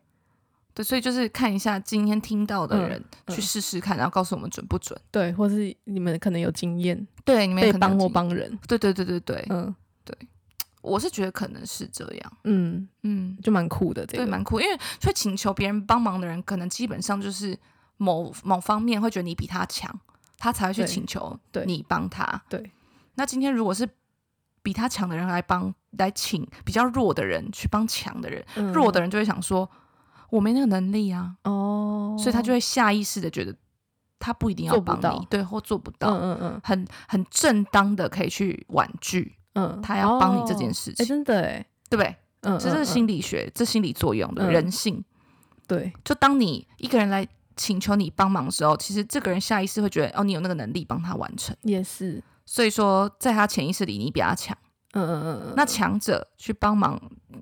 Speaker 1: 对，所以就是看一下今天听到的人、
Speaker 2: 嗯
Speaker 1: 去试试看，然后告诉我们准不准。
Speaker 2: 对，或是你们可能有经验，
Speaker 1: 对，你们也
Speaker 2: 被
Speaker 1: 可能
Speaker 2: 帮
Speaker 1: 有
Speaker 2: 或
Speaker 1: 经验，
Speaker 2: 帮人，
Speaker 1: 对对对对对，
Speaker 2: 嗯
Speaker 1: 我是觉得可能是这样，
Speaker 2: 嗯，
Speaker 1: 嗯，
Speaker 2: 就蛮酷的这
Speaker 1: 对，
Speaker 2: 个，
Speaker 1: 蛮酷，因为会请求别人帮忙的人，可能基本上就是某某方面会觉得你比他强，他才会去
Speaker 2: 对
Speaker 1: 请求
Speaker 2: 对
Speaker 1: 你帮他。
Speaker 2: 对
Speaker 1: 那今天如果是比他强的人来帮来请比较弱的人去帮强的人，
Speaker 2: 嗯
Speaker 1: 弱的人就会想说我没那个能力啊，
Speaker 2: 哦，
Speaker 1: 所以他就会下意识的觉得他不一定要
Speaker 2: 做不
Speaker 1: 帮
Speaker 2: 到
Speaker 1: 你，对，或做不
Speaker 2: 嗯
Speaker 1: 到，
Speaker 2: 嗯嗯
Speaker 1: 很很正当的可以去婉拒，
Speaker 2: 嗯，
Speaker 1: 他要帮你这件
Speaker 2: 事，
Speaker 1: 事
Speaker 2: 哎、
Speaker 1: 情，
Speaker 2: 真的哎，
Speaker 1: 对不对？
Speaker 2: 嗯，
Speaker 1: 这是
Speaker 2: 嗯
Speaker 1: 心理学，这心理作用的、
Speaker 2: 嗯
Speaker 1: 人性。
Speaker 2: 嗯对，
Speaker 1: 就当你一个人来请求你帮忙的时候，其实这个人下意识会觉得哦，你有那个能力帮他完成，
Speaker 2: 也是，
Speaker 1: 所以说在他潜意识里你比他强。
Speaker 2: 嗯嗯嗯嗯，
Speaker 1: 那强者去帮忙，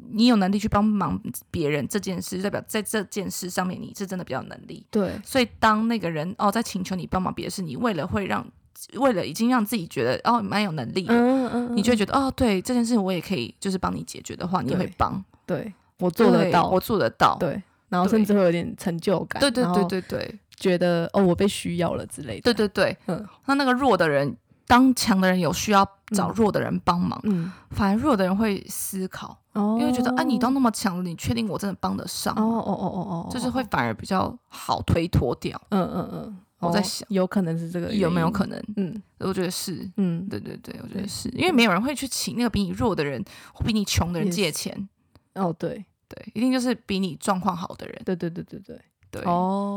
Speaker 1: 你有能力去帮忙别人这件事，就代表在这件事上面你是真的比较有能力。
Speaker 2: 对，
Speaker 1: 所以当那个人哦在请求你帮忙别的事，你为了会让，为了已经让自己觉得哦蛮有能力
Speaker 2: 嗯
Speaker 1: 了，
Speaker 2: 嗯嗯，
Speaker 1: 你就会觉得哦对这件事我也可以，就是帮你解决的话，你也会
Speaker 2: 对
Speaker 1: 帮，
Speaker 2: 对我做得
Speaker 1: 对
Speaker 2: 到，
Speaker 1: 我做得到。
Speaker 2: 对，然后
Speaker 1: 对
Speaker 2: 甚至会有点成就感，
Speaker 1: 对对
Speaker 2: 然
Speaker 1: 对
Speaker 2: 后
Speaker 1: 对对
Speaker 2: 觉得哦我被需要了之类的，
Speaker 1: 对，对对，
Speaker 2: 嗯
Speaker 1: 那那个弱的人，当强的人有需要找弱的人帮忙，
Speaker 2: 嗯，
Speaker 1: 反而弱的人会思考，
Speaker 2: 哦，
Speaker 1: 因为觉得啊，你都那么强了，你确定我真的帮得上
Speaker 2: 哦
Speaker 1: 吗？
Speaker 2: 哦哦哦哦，
Speaker 1: 就是会反而比较好推脱掉，
Speaker 2: 嗯嗯嗯，
Speaker 1: 我在
Speaker 2: 哦
Speaker 1: 想
Speaker 2: 有可能是这个
Speaker 1: 有没有
Speaker 2: 原
Speaker 1: 可能？
Speaker 2: 因，嗯
Speaker 1: 我觉得是，
Speaker 2: 嗯，
Speaker 1: 对对对，我觉
Speaker 2: 对
Speaker 1: 得是因为没有人会去请那个比你弱的人或比你穷的人
Speaker 2: 也
Speaker 1: 借
Speaker 2: 是
Speaker 1: 钱，
Speaker 2: 哦对
Speaker 1: 对，一定就是比你状况好的人，
Speaker 2: 对对对对对，
Speaker 1: 对，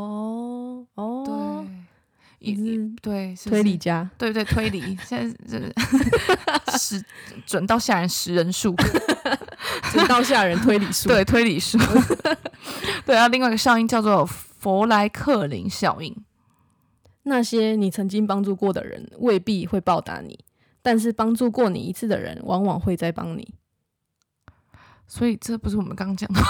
Speaker 2: 哦哦，
Speaker 1: 对，
Speaker 2: 你
Speaker 1: 一
Speaker 2: 是
Speaker 1: 对是不
Speaker 2: 推
Speaker 1: 是
Speaker 2: 理
Speaker 1: [laughs]
Speaker 2: 家，
Speaker 1: 对对，推理现在 [laughs] 是十准到吓人十人数，
Speaker 2: 真到下人推理
Speaker 1: [laughs]
Speaker 2: 术，
Speaker 1: 对推理数，对啊，另外一个效应叫做弗莱克林效应，
Speaker 2: 那些你曾经帮助过的人未必会报答你，但是帮助过你一次的人，往往会再帮你。
Speaker 1: 所以这不是我们刚刚讲的，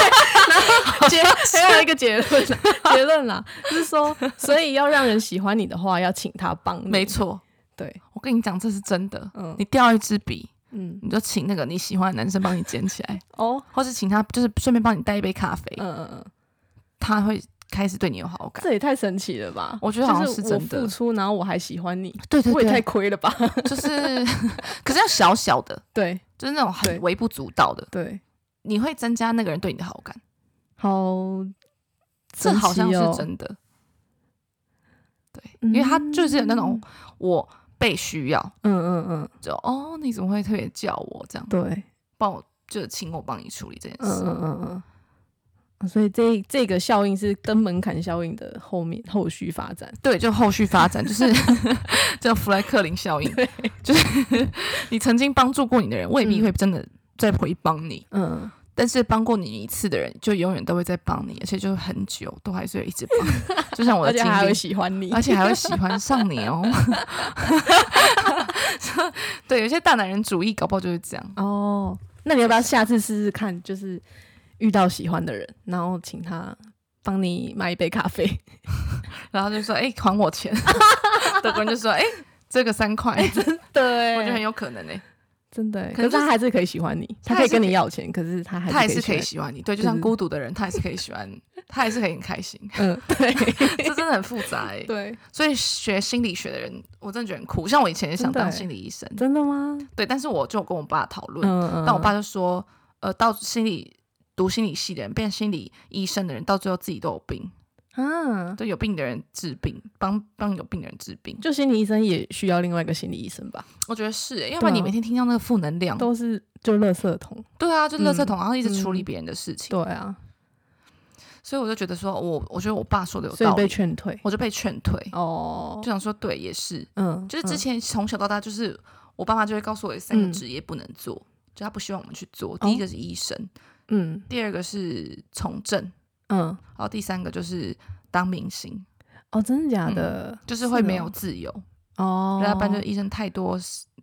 Speaker 2: [laughs] 结
Speaker 1: [laughs]
Speaker 2: 还有一个结论
Speaker 1: 啊
Speaker 2: 啦， [laughs] 结论啦，就是说，所以要让人喜欢你的话，要请他帮你。
Speaker 1: 没，错。
Speaker 2: 对，
Speaker 1: 我跟你讲，这是真的。
Speaker 2: 嗯
Speaker 1: 你掉一支笔，
Speaker 2: 嗯，
Speaker 1: 你就请那个你喜欢的男生帮你捡起 [laughs] 来，
Speaker 2: 哦，
Speaker 1: 或是请他就是顺便帮你带一杯咖啡，
Speaker 2: 嗯嗯嗯，
Speaker 1: 他会开始对你有好感。
Speaker 2: 这也太神奇了吧！
Speaker 1: 我觉得好像
Speaker 2: 就是
Speaker 1: 真的
Speaker 2: 我付出，然后我还喜欢你，
Speaker 1: [laughs] 对对
Speaker 2: 我也太
Speaker 1: 对，[laughs]
Speaker 2: 亏了吧？
Speaker 1: 就是可是要小小的，
Speaker 2: 对
Speaker 1: 就是那种
Speaker 2: 对
Speaker 1: 很微不足道的，
Speaker 2: 对，
Speaker 1: 你会增加那个人对你的好感。
Speaker 2: 好，
Speaker 1: 这好像
Speaker 2: 神奇
Speaker 1: 是
Speaker 2: 哦
Speaker 1: 真的。对，因为他就是有那种我被需要，
Speaker 2: 嗯嗯嗯，
Speaker 1: 就哦你怎么会特别叫我这样，
Speaker 2: 对，
Speaker 1: 帮我就请我帮你处理这件
Speaker 2: 嗯
Speaker 1: 事。
Speaker 2: 嗯嗯嗯。啊所以这这个效应是跟门槛效应的后面后续发展，
Speaker 1: 对，就后续发展就是 [laughs] 叫弗莱克林效应，就是 [laughs] 你曾经帮助过你的人，未必会真的再回帮你，
Speaker 2: 嗯，
Speaker 1: 但是帮过你一次的人，就永远都会再帮你，而且就是很久都还是会一直帮你。就像我
Speaker 2: [laughs]
Speaker 1: 的
Speaker 2: 而且
Speaker 1: 经
Speaker 2: 还
Speaker 1: 历
Speaker 2: 会，喜欢你，
Speaker 1: 而且还会喜欢上你哦。 [laughs] 对，有些大男人主义搞不好就是这样。
Speaker 2: 哦，那你要不要下次试试看？就是遇到喜欢的人，然后请他帮你买一杯咖
Speaker 1: [laughs]
Speaker 2: 啡。
Speaker 1: 然后就说：“哎、还我钱。” [laughs] 德国人就说：“哎、这个三块，
Speaker 2: 哎对
Speaker 1: 我觉得很有可能哎、
Speaker 2: 真的欸，
Speaker 1: 可
Speaker 2: 可
Speaker 1: 是
Speaker 2: 是
Speaker 1: 就是
Speaker 2: 他还是可以喜欢你，
Speaker 1: 他还
Speaker 2: 他可
Speaker 1: 是
Speaker 2: 以跟你要钱，可是他还
Speaker 1: 他还是可以
Speaker 2: 喜
Speaker 1: 喜欢你。对，就
Speaker 2: 对
Speaker 1: 像
Speaker 2: 对
Speaker 1: 孤独的人，他还是可以喜欢你，他还是可以很开心。[laughs]
Speaker 2: 欢嗯，对
Speaker 1: 这真的很复杂哎、
Speaker 2: [laughs] 对，所
Speaker 1: 所以学心理学的人，我真的觉得很酷。像我以前也想
Speaker 2: 真的
Speaker 1: 当
Speaker 2: 欸
Speaker 1: 心理医生，
Speaker 2: 以真的吗？
Speaker 1: 对，但是我就跟我爸讨论，
Speaker 2: 嗯嗯，
Speaker 1: 但我爸就说：“呃，到心理读心理系的人，变心理医生的人，到最后自己都有病。”
Speaker 2: 啊，
Speaker 1: 对有病的人治病，帮帮有病的人治病，
Speaker 2: 就心理医生也需要另外一个心理医生吧？
Speaker 1: 我觉得是、欸，要不然你每天听到那个负能量，
Speaker 2: 啊都是就垃圾桶，
Speaker 1: 对啊，就垃圾桶，
Speaker 2: 嗯
Speaker 1: 然后一直处理
Speaker 2: 嗯
Speaker 1: 别人的事情，
Speaker 2: 对啊，
Speaker 1: 所以我就觉得说，我我觉得我爸说的有
Speaker 2: 所以
Speaker 1: 道
Speaker 2: 被
Speaker 1: 理，
Speaker 2: 劝退
Speaker 1: 我就被劝退，
Speaker 2: 哦
Speaker 1: 就，想说对，也是，
Speaker 2: 嗯，
Speaker 1: 就是之
Speaker 2: 嗯
Speaker 1: 前从小到大，就是我爸妈就会告诉我有三个
Speaker 2: 嗯哦
Speaker 1: 职业不能做，就他不希望我们去做，第一个是医生，
Speaker 2: 嗯
Speaker 1: 第二个是从政，
Speaker 2: 嗯，
Speaker 1: 然后第三个就是当明星，
Speaker 2: 哦，真的假的？
Speaker 1: 就是会没有
Speaker 2: 哦
Speaker 1: 自由，
Speaker 2: 哦，
Speaker 1: 要不嗯然就医生太多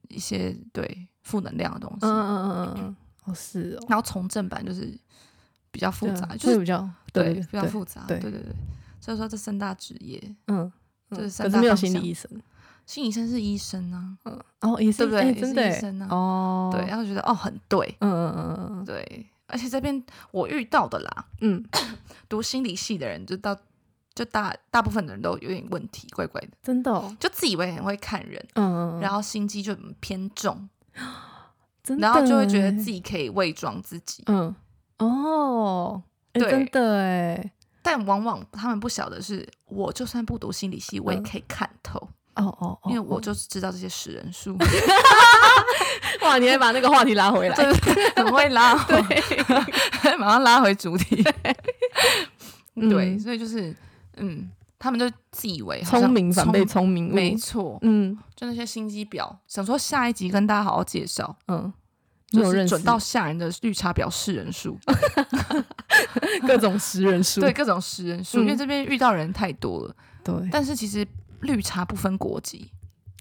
Speaker 1: 一些对负能量的东西，
Speaker 2: 嗯嗯嗯嗯嗯，哦是哦，
Speaker 1: 然后从正版就是比较复杂，
Speaker 2: 对
Speaker 1: 就
Speaker 2: 会
Speaker 1: 是
Speaker 2: 比较
Speaker 1: 对
Speaker 2: 对
Speaker 1: 比较复杂，对
Speaker 2: 对
Speaker 1: 对对。所以说这三大职业，
Speaker 2: 嗯，嗯
Speaker 1: 就是三
Speaker 2: 可是
Speaker 1: 大
Speaker 2: 没有
Speaker 1: 方
Speaker 2: 心
Speaker 1: 向
Speaker 2: 理医生，
Speaker 1: 心理医生是医生啊，
Speaker 2: 嗯，哦也是
Speaker 1: 对不对
Speaker 2: 哎
Speaker 1: 也是
Speaker 2: 真的
Speaker 1: 医
Speaker 2: 哎
Speaker 1: 生啊
Speaker 2: 哦，
Speaker 1: 对，然后觉得哦很对，
Speaker 2: 嗯嗯嗯嗯
Speaker 1: 对，而且这边我遇到的啦，
Speaker 2: 嗯，嗯，
Speaker 1: 读心理系的人就到就大大部分的人都有点问题，怪怪的，
Speaker 2: 真的哦，
Speaker 1: 就自以为很会看人，
Speaker 2: 嗯，
Speaker 1: 然
Speaker 2: 后
Speaker 1: 后心机就很偏重，
Speaker 2: 真的，
Speaker 1: 然后就会觉得自，己可以伪装自己，
Speaker 2: 嗯，哦，哎
Speaker 1: 对
Speaker 2: 真的哎，
Speaker 1: 但往往他们不晓得是，我就算不读心理系，我也
Speaker 2: 嗯
Speaker 1: 可以看透，
Speaker 2: 哦哦，哦
Speaker 1: 因为我
Speaker 2: 哦
Speaker 1: 就是知道这些识人术。
Speaker 2: [laughs] 哇，你还把那个话题拉回来，
Speaker 1: 对很会 [laughs] 拉回，马上拉回主题。
Speaker 2: 嗯
Speaker 1: 对，所以就是，嗯，他们就自以为好像
Speaker 2: 聪明反被
Speaker 1: 聪
Speaker 2: 聪明误，
Speaker 1: 没错，
Speaker 2: 嗯
Speaker 1: 就那些心机婊，想说下一集跟大家好好介绍，
Speaker 2: 嗯，你
Speaker 1: 就
Speaker 2: 有
Speaker 1: 是
Speaker 2: 认识
Speaker 1: 准到吓人的绿茶婊识人术，
Speaker 2: [laughs] 各种识人
Speaker 1: [laughs]
Speaker 2: 术，
Speaker 1: 对各种识人术，
Speaker 2: 嗯
Speaker 1: 因为这边遇到人太多了。 [laughs]
Speaker 2: 对，哦
Speaker 1: 但是其实绿茶不分国籍，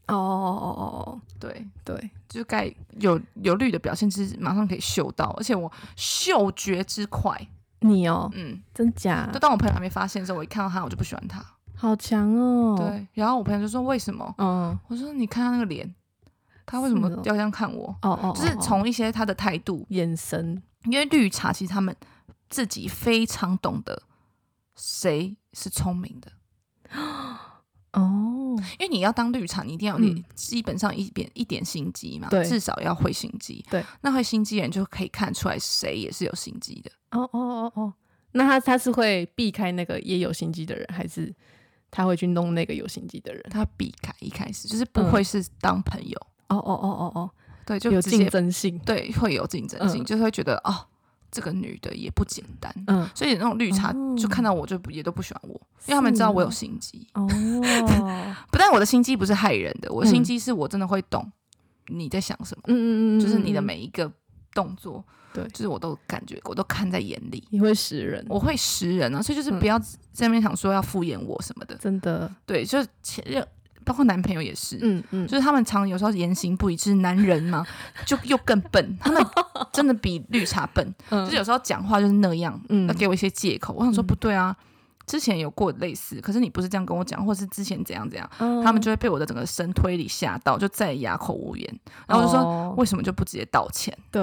Speaker 2: 哦哦哦哦，
Speaker 1: 对，
Speaker 2: 对，
Speaker 1: 就是该有有绿的表现，其实马上可以嗅到，而且我嗅觉之快，
Speaker 2: 你哦，
Speaker 1: 嗯，
Speaker 2: 真假
Speaker 1: 就，当我朋友还没发现的时候，我一看到他，我就不喜欢他。
Speaker 2: 好强哦，，
Speaker 1: 对，然后我朋友就说为什么？
Speaker 2: 嗯，
Speaker 1: 我说你看他那个脸，他为什么
Speaker 2: 是哦
Speaker 1: 要这样看我？
Speaker 2: 哦哦，
Speaker 1: 就是
Speaker 2: 哦
Speaker 1: 从一些他的态度，
Speaker 2: 眼神，
Speaker 1: 因为绿茶其实他们自己非常懂得谁是聪明的，
Speaker 2: 哦，
Speaker 1: 因为你要当绿茶，你一定要有点、
Speaker 2: 嗯
Speaker 1: 基本上一点一点心机嘛，
Speaker 2: 对
Speaker 1: 至少要会心机。
Speaker 2: 对，
Speaker 1: 那会心机的人就可以看出来谁也是有心机的。
Speaker 2: 哦哦哦哦，那他他是会避开那个也有心机的人，还是他会去弄那个有心机的人？
Speaker 1: 他避开一开始就是不会是当朋友，
Speaker 2: 哦哦哦哦
Speaker 1: 对，就
Speaker 2: 哦，嗯有
Speaker 1: 直
Speaker 2: 竞
Speaker 1: 接
Speaker 2: 争性。
Speaker 1: 对会有竞争性，
Speaker 2: 嗯
Speaker 1: 就是会觉得哦，这个女的也不简单，
Speaker 2: 嗯，
Speaker 1: 所以那种绿茶
Speaker 2: 哦
Speaker 1: 就看到我就不也都不喜欢我，因为他们知道我有心机。
Speaker 2: 哦，
Speaker 1: [laughs] 不但我的心机不是害人的，我心
Speaker 2: 嗯
Speaker 1: 机是我真的会懂你在想什么，
Speaker 2: 嗯嗯嗯，
Speaker 1: 就是你的
Speaker 2: 嗯，
Speaker 1: 每一个动作，
Speaker 2: 对
Speaker 1: 就是我都感觉我都看在眼里。
Speaker 2: 你会识人，
Speaker 1: 我会识人啊，所以就是
Speaker 2: 嗯
Speaker 1: 不要在那边想说要敷衍我什么的。
Speaker 2: 真的，
Speaker 1: 对，就是前任包括男朋友也是，
Speaker 2: 嗯嗯，
Speaker 1: 就是他们常有时候言行不一致，男人嘛就又更笨，他们真的比绿茶笨，就是有时候讲话就是那样，
Speaker 2: 嗯
Speaker 1: 要给我一些借口。我想说
Speaker 2: 嗯
Speaker 1: 不对啊，之前有过类似，可是你不是这样跟我讲，或是之前怎样怎样，
Speaker 2: 嗯
Speaker 1: 他们就会被我的整个深推理吓到，就再也哑口无言。然后我就说、
Speaker 2: 哦
Speaker 1: 为什么就不直接道歉？
Speaker 2: 对，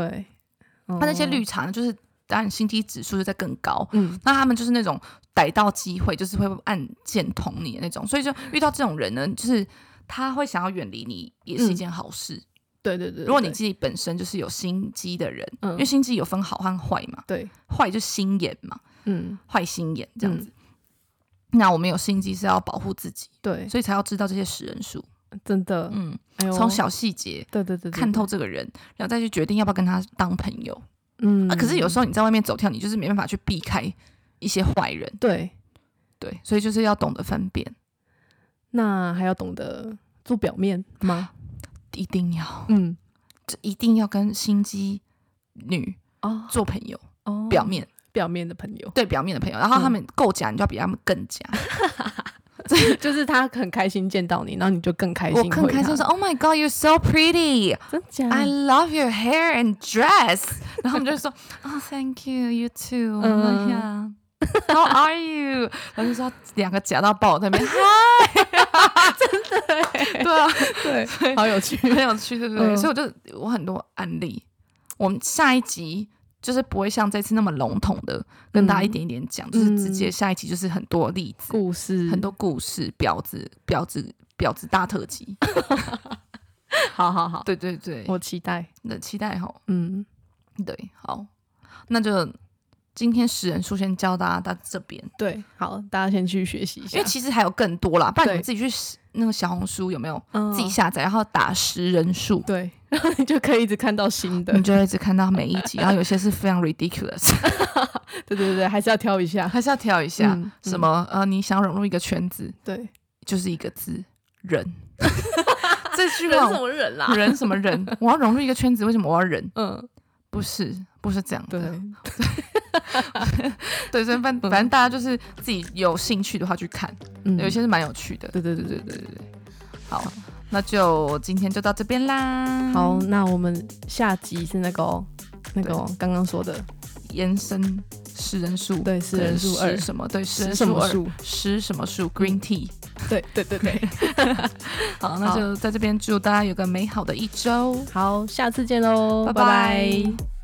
Speaker 2: 哦他
Speaker 1: 他那些绿茶呢，就是当然心机指数就在更高，
Speaker 2: 嗯
Speaker 1: 那他们就是那种逮到机会就是会按键捅你的那种，所以就遇到这种人呢，就是他会想要远离你，也是一件好事。
Speaker 2: 对嗯对对，
Speaker 1: 如果你
Speaker 2: 对
Speaker 1: 自己本身就是有心机的人，
Speaker 2: 嗯
Speaker 1: 因为心机有分好和坏嘛，
Speaker 2: 对
Speaker 1: 坏就心眼嘛，
Speaker 2: 嗯
Speaker 1: 坏心眼这样子。那我们有心机是要保护自己，
Speaker 2: 对，
Speaker 1: 所以才要知道这些识人数，
Speaker 2: 真的，
Speaker 1: 嗯，
Speaker 2: 哎呦
Speaker 1: 从小细节
Speaker 2: 对对对对
Speaker 1: 看透这个人，然后再去决定要不要跟他当朋友。
Speaker 2: 嗯
Speaker 1: 啊，可是有时候你在外面走跳，你就是没办法去避开一些坏人，
Speaker 2: 对，
Speaker 1: 对，所以就是要懂得分辨，
Speaker 2: 那还要懂得做表面吗？
Speaker 1: 哦一定要，
Speaker 2: 嗯
Speaker 1: 就一定要跟心机女
Speaker 2: 哦
Speaker 1: 做朋友，
Speaker 2: 哦，嗯
Speaker 1: 表面
Speaker 2: 表面的朋
Speaker 1: [laughs]
Speaker 2: 友，
Speaker 1: 对表面的朋友，然后他们够假，你就要比他们更假。
Speaker 2: 就是他很开心见到你，然后你就更开心
Speaker 1: 我
Speaker 2: 回他，
Speaker 1: 更开心说，Oh 哎 my God, you're so pretty,
Speaker 2: 真假
Speaker 1: I love your hair and dress。然 [laughs] 后他们就会说，Oh, thank you, you too.
Speaker 2: 嗯
Speaker 1: 哎呀 How are you？然后 [laughs] 就说两个假到爆，在那边嗨，真的，对啊。
Speaker 2: [laughs] 对，好有趣，
Speaker 1: 很有趣，对不对？
Speaker 2: 嗯
Speaker 1: 所以我就我很多案例，我们下一集就是不会像这次那么笼统的跟大家一点一点讲，就是直接下一集就是很多例子、
Speaker 2: 故事
Speaker 1: 很，多 [laughs] 故事、婊子、婊子、婊子大特辑。
Speaker 2: 好好好，
Speaker 1: 对对对，
Speaker 2: 我期待，
Speaker 1: 那期待吼，
Speaker 2: 嗯，
Speaker 1: 对，好，那就今天十人书先教大家到这边，
Speaker 2: 对，好，大家先去学习一下，
Speaker 1: 因为其实还有更多啦，不然你们
Speaker 2: 对
Speaker 1: 自己去那个小红书有没有？
Speaker 2: 嗯
Speaker 1: 自己下载，然后打十人数，
Speaker 2: 对， [laughs] 然后你就可以一直看到新的
Speaker 1: 你，就会一直看到每一集，然后有些是非常
Speaker 2: [laughs]
Speaker 1: ridiculous，
Speaker 2: 对对对，还是要挑一下，
Speaker 1: 还是要挑一下、
Speaker 2: 嗯
Speaker 1: 什么呃，你想融入一个圈子，
Speaker 2: 对，
Speaker 1: 就是一个字
Speaker 2: [laughs]
Speaker 1: 人。这句
Speaker 2: 人
Speaker 1: 话
Speaker 2: 什么人啊啦？
Speaker 1: 人什么人？我要融入一个圈子，为什么我要人？
Speaker 2: 嗯，
Speaker 1: 不是，不是这样
Speaker 2: 对
Speaker 1: 的。，对，所以反反正大家就是自己有兴趣的话去看，
Speaker 2: 嗯，
Speaker 1: 有一些是蛮有趣的。
Speaker 2: 对，对对对对对对。
Speaker 1: 好，那就今天就到这边啦。
Speaker 2: 好，，那我们下集是那个哦、那个哦刚、刚说的，
Speaker 1: 延伸食人树，
Speaker 2: 对，是人数二
Speaker 1: 食，什么？对，食人
Speaker 2: 什
Speaker 1: 树
Speaker 2: 么
Speaker 1: 二，
Speaker 2: 数？
Speaker 1: 食什么树？Green tea。
Speaker 2: 对对对 [laughs] 对。
Speaker 1: 好，那
Speaker 2: 好
Speaker 1: 就在这边祝大家有个美好的一周。
Speaker 2: 好，下次见喽，
Speaker 1: 拜
Speaker 2: 拜
Speaker 1: 拜
Speaker 2: 拜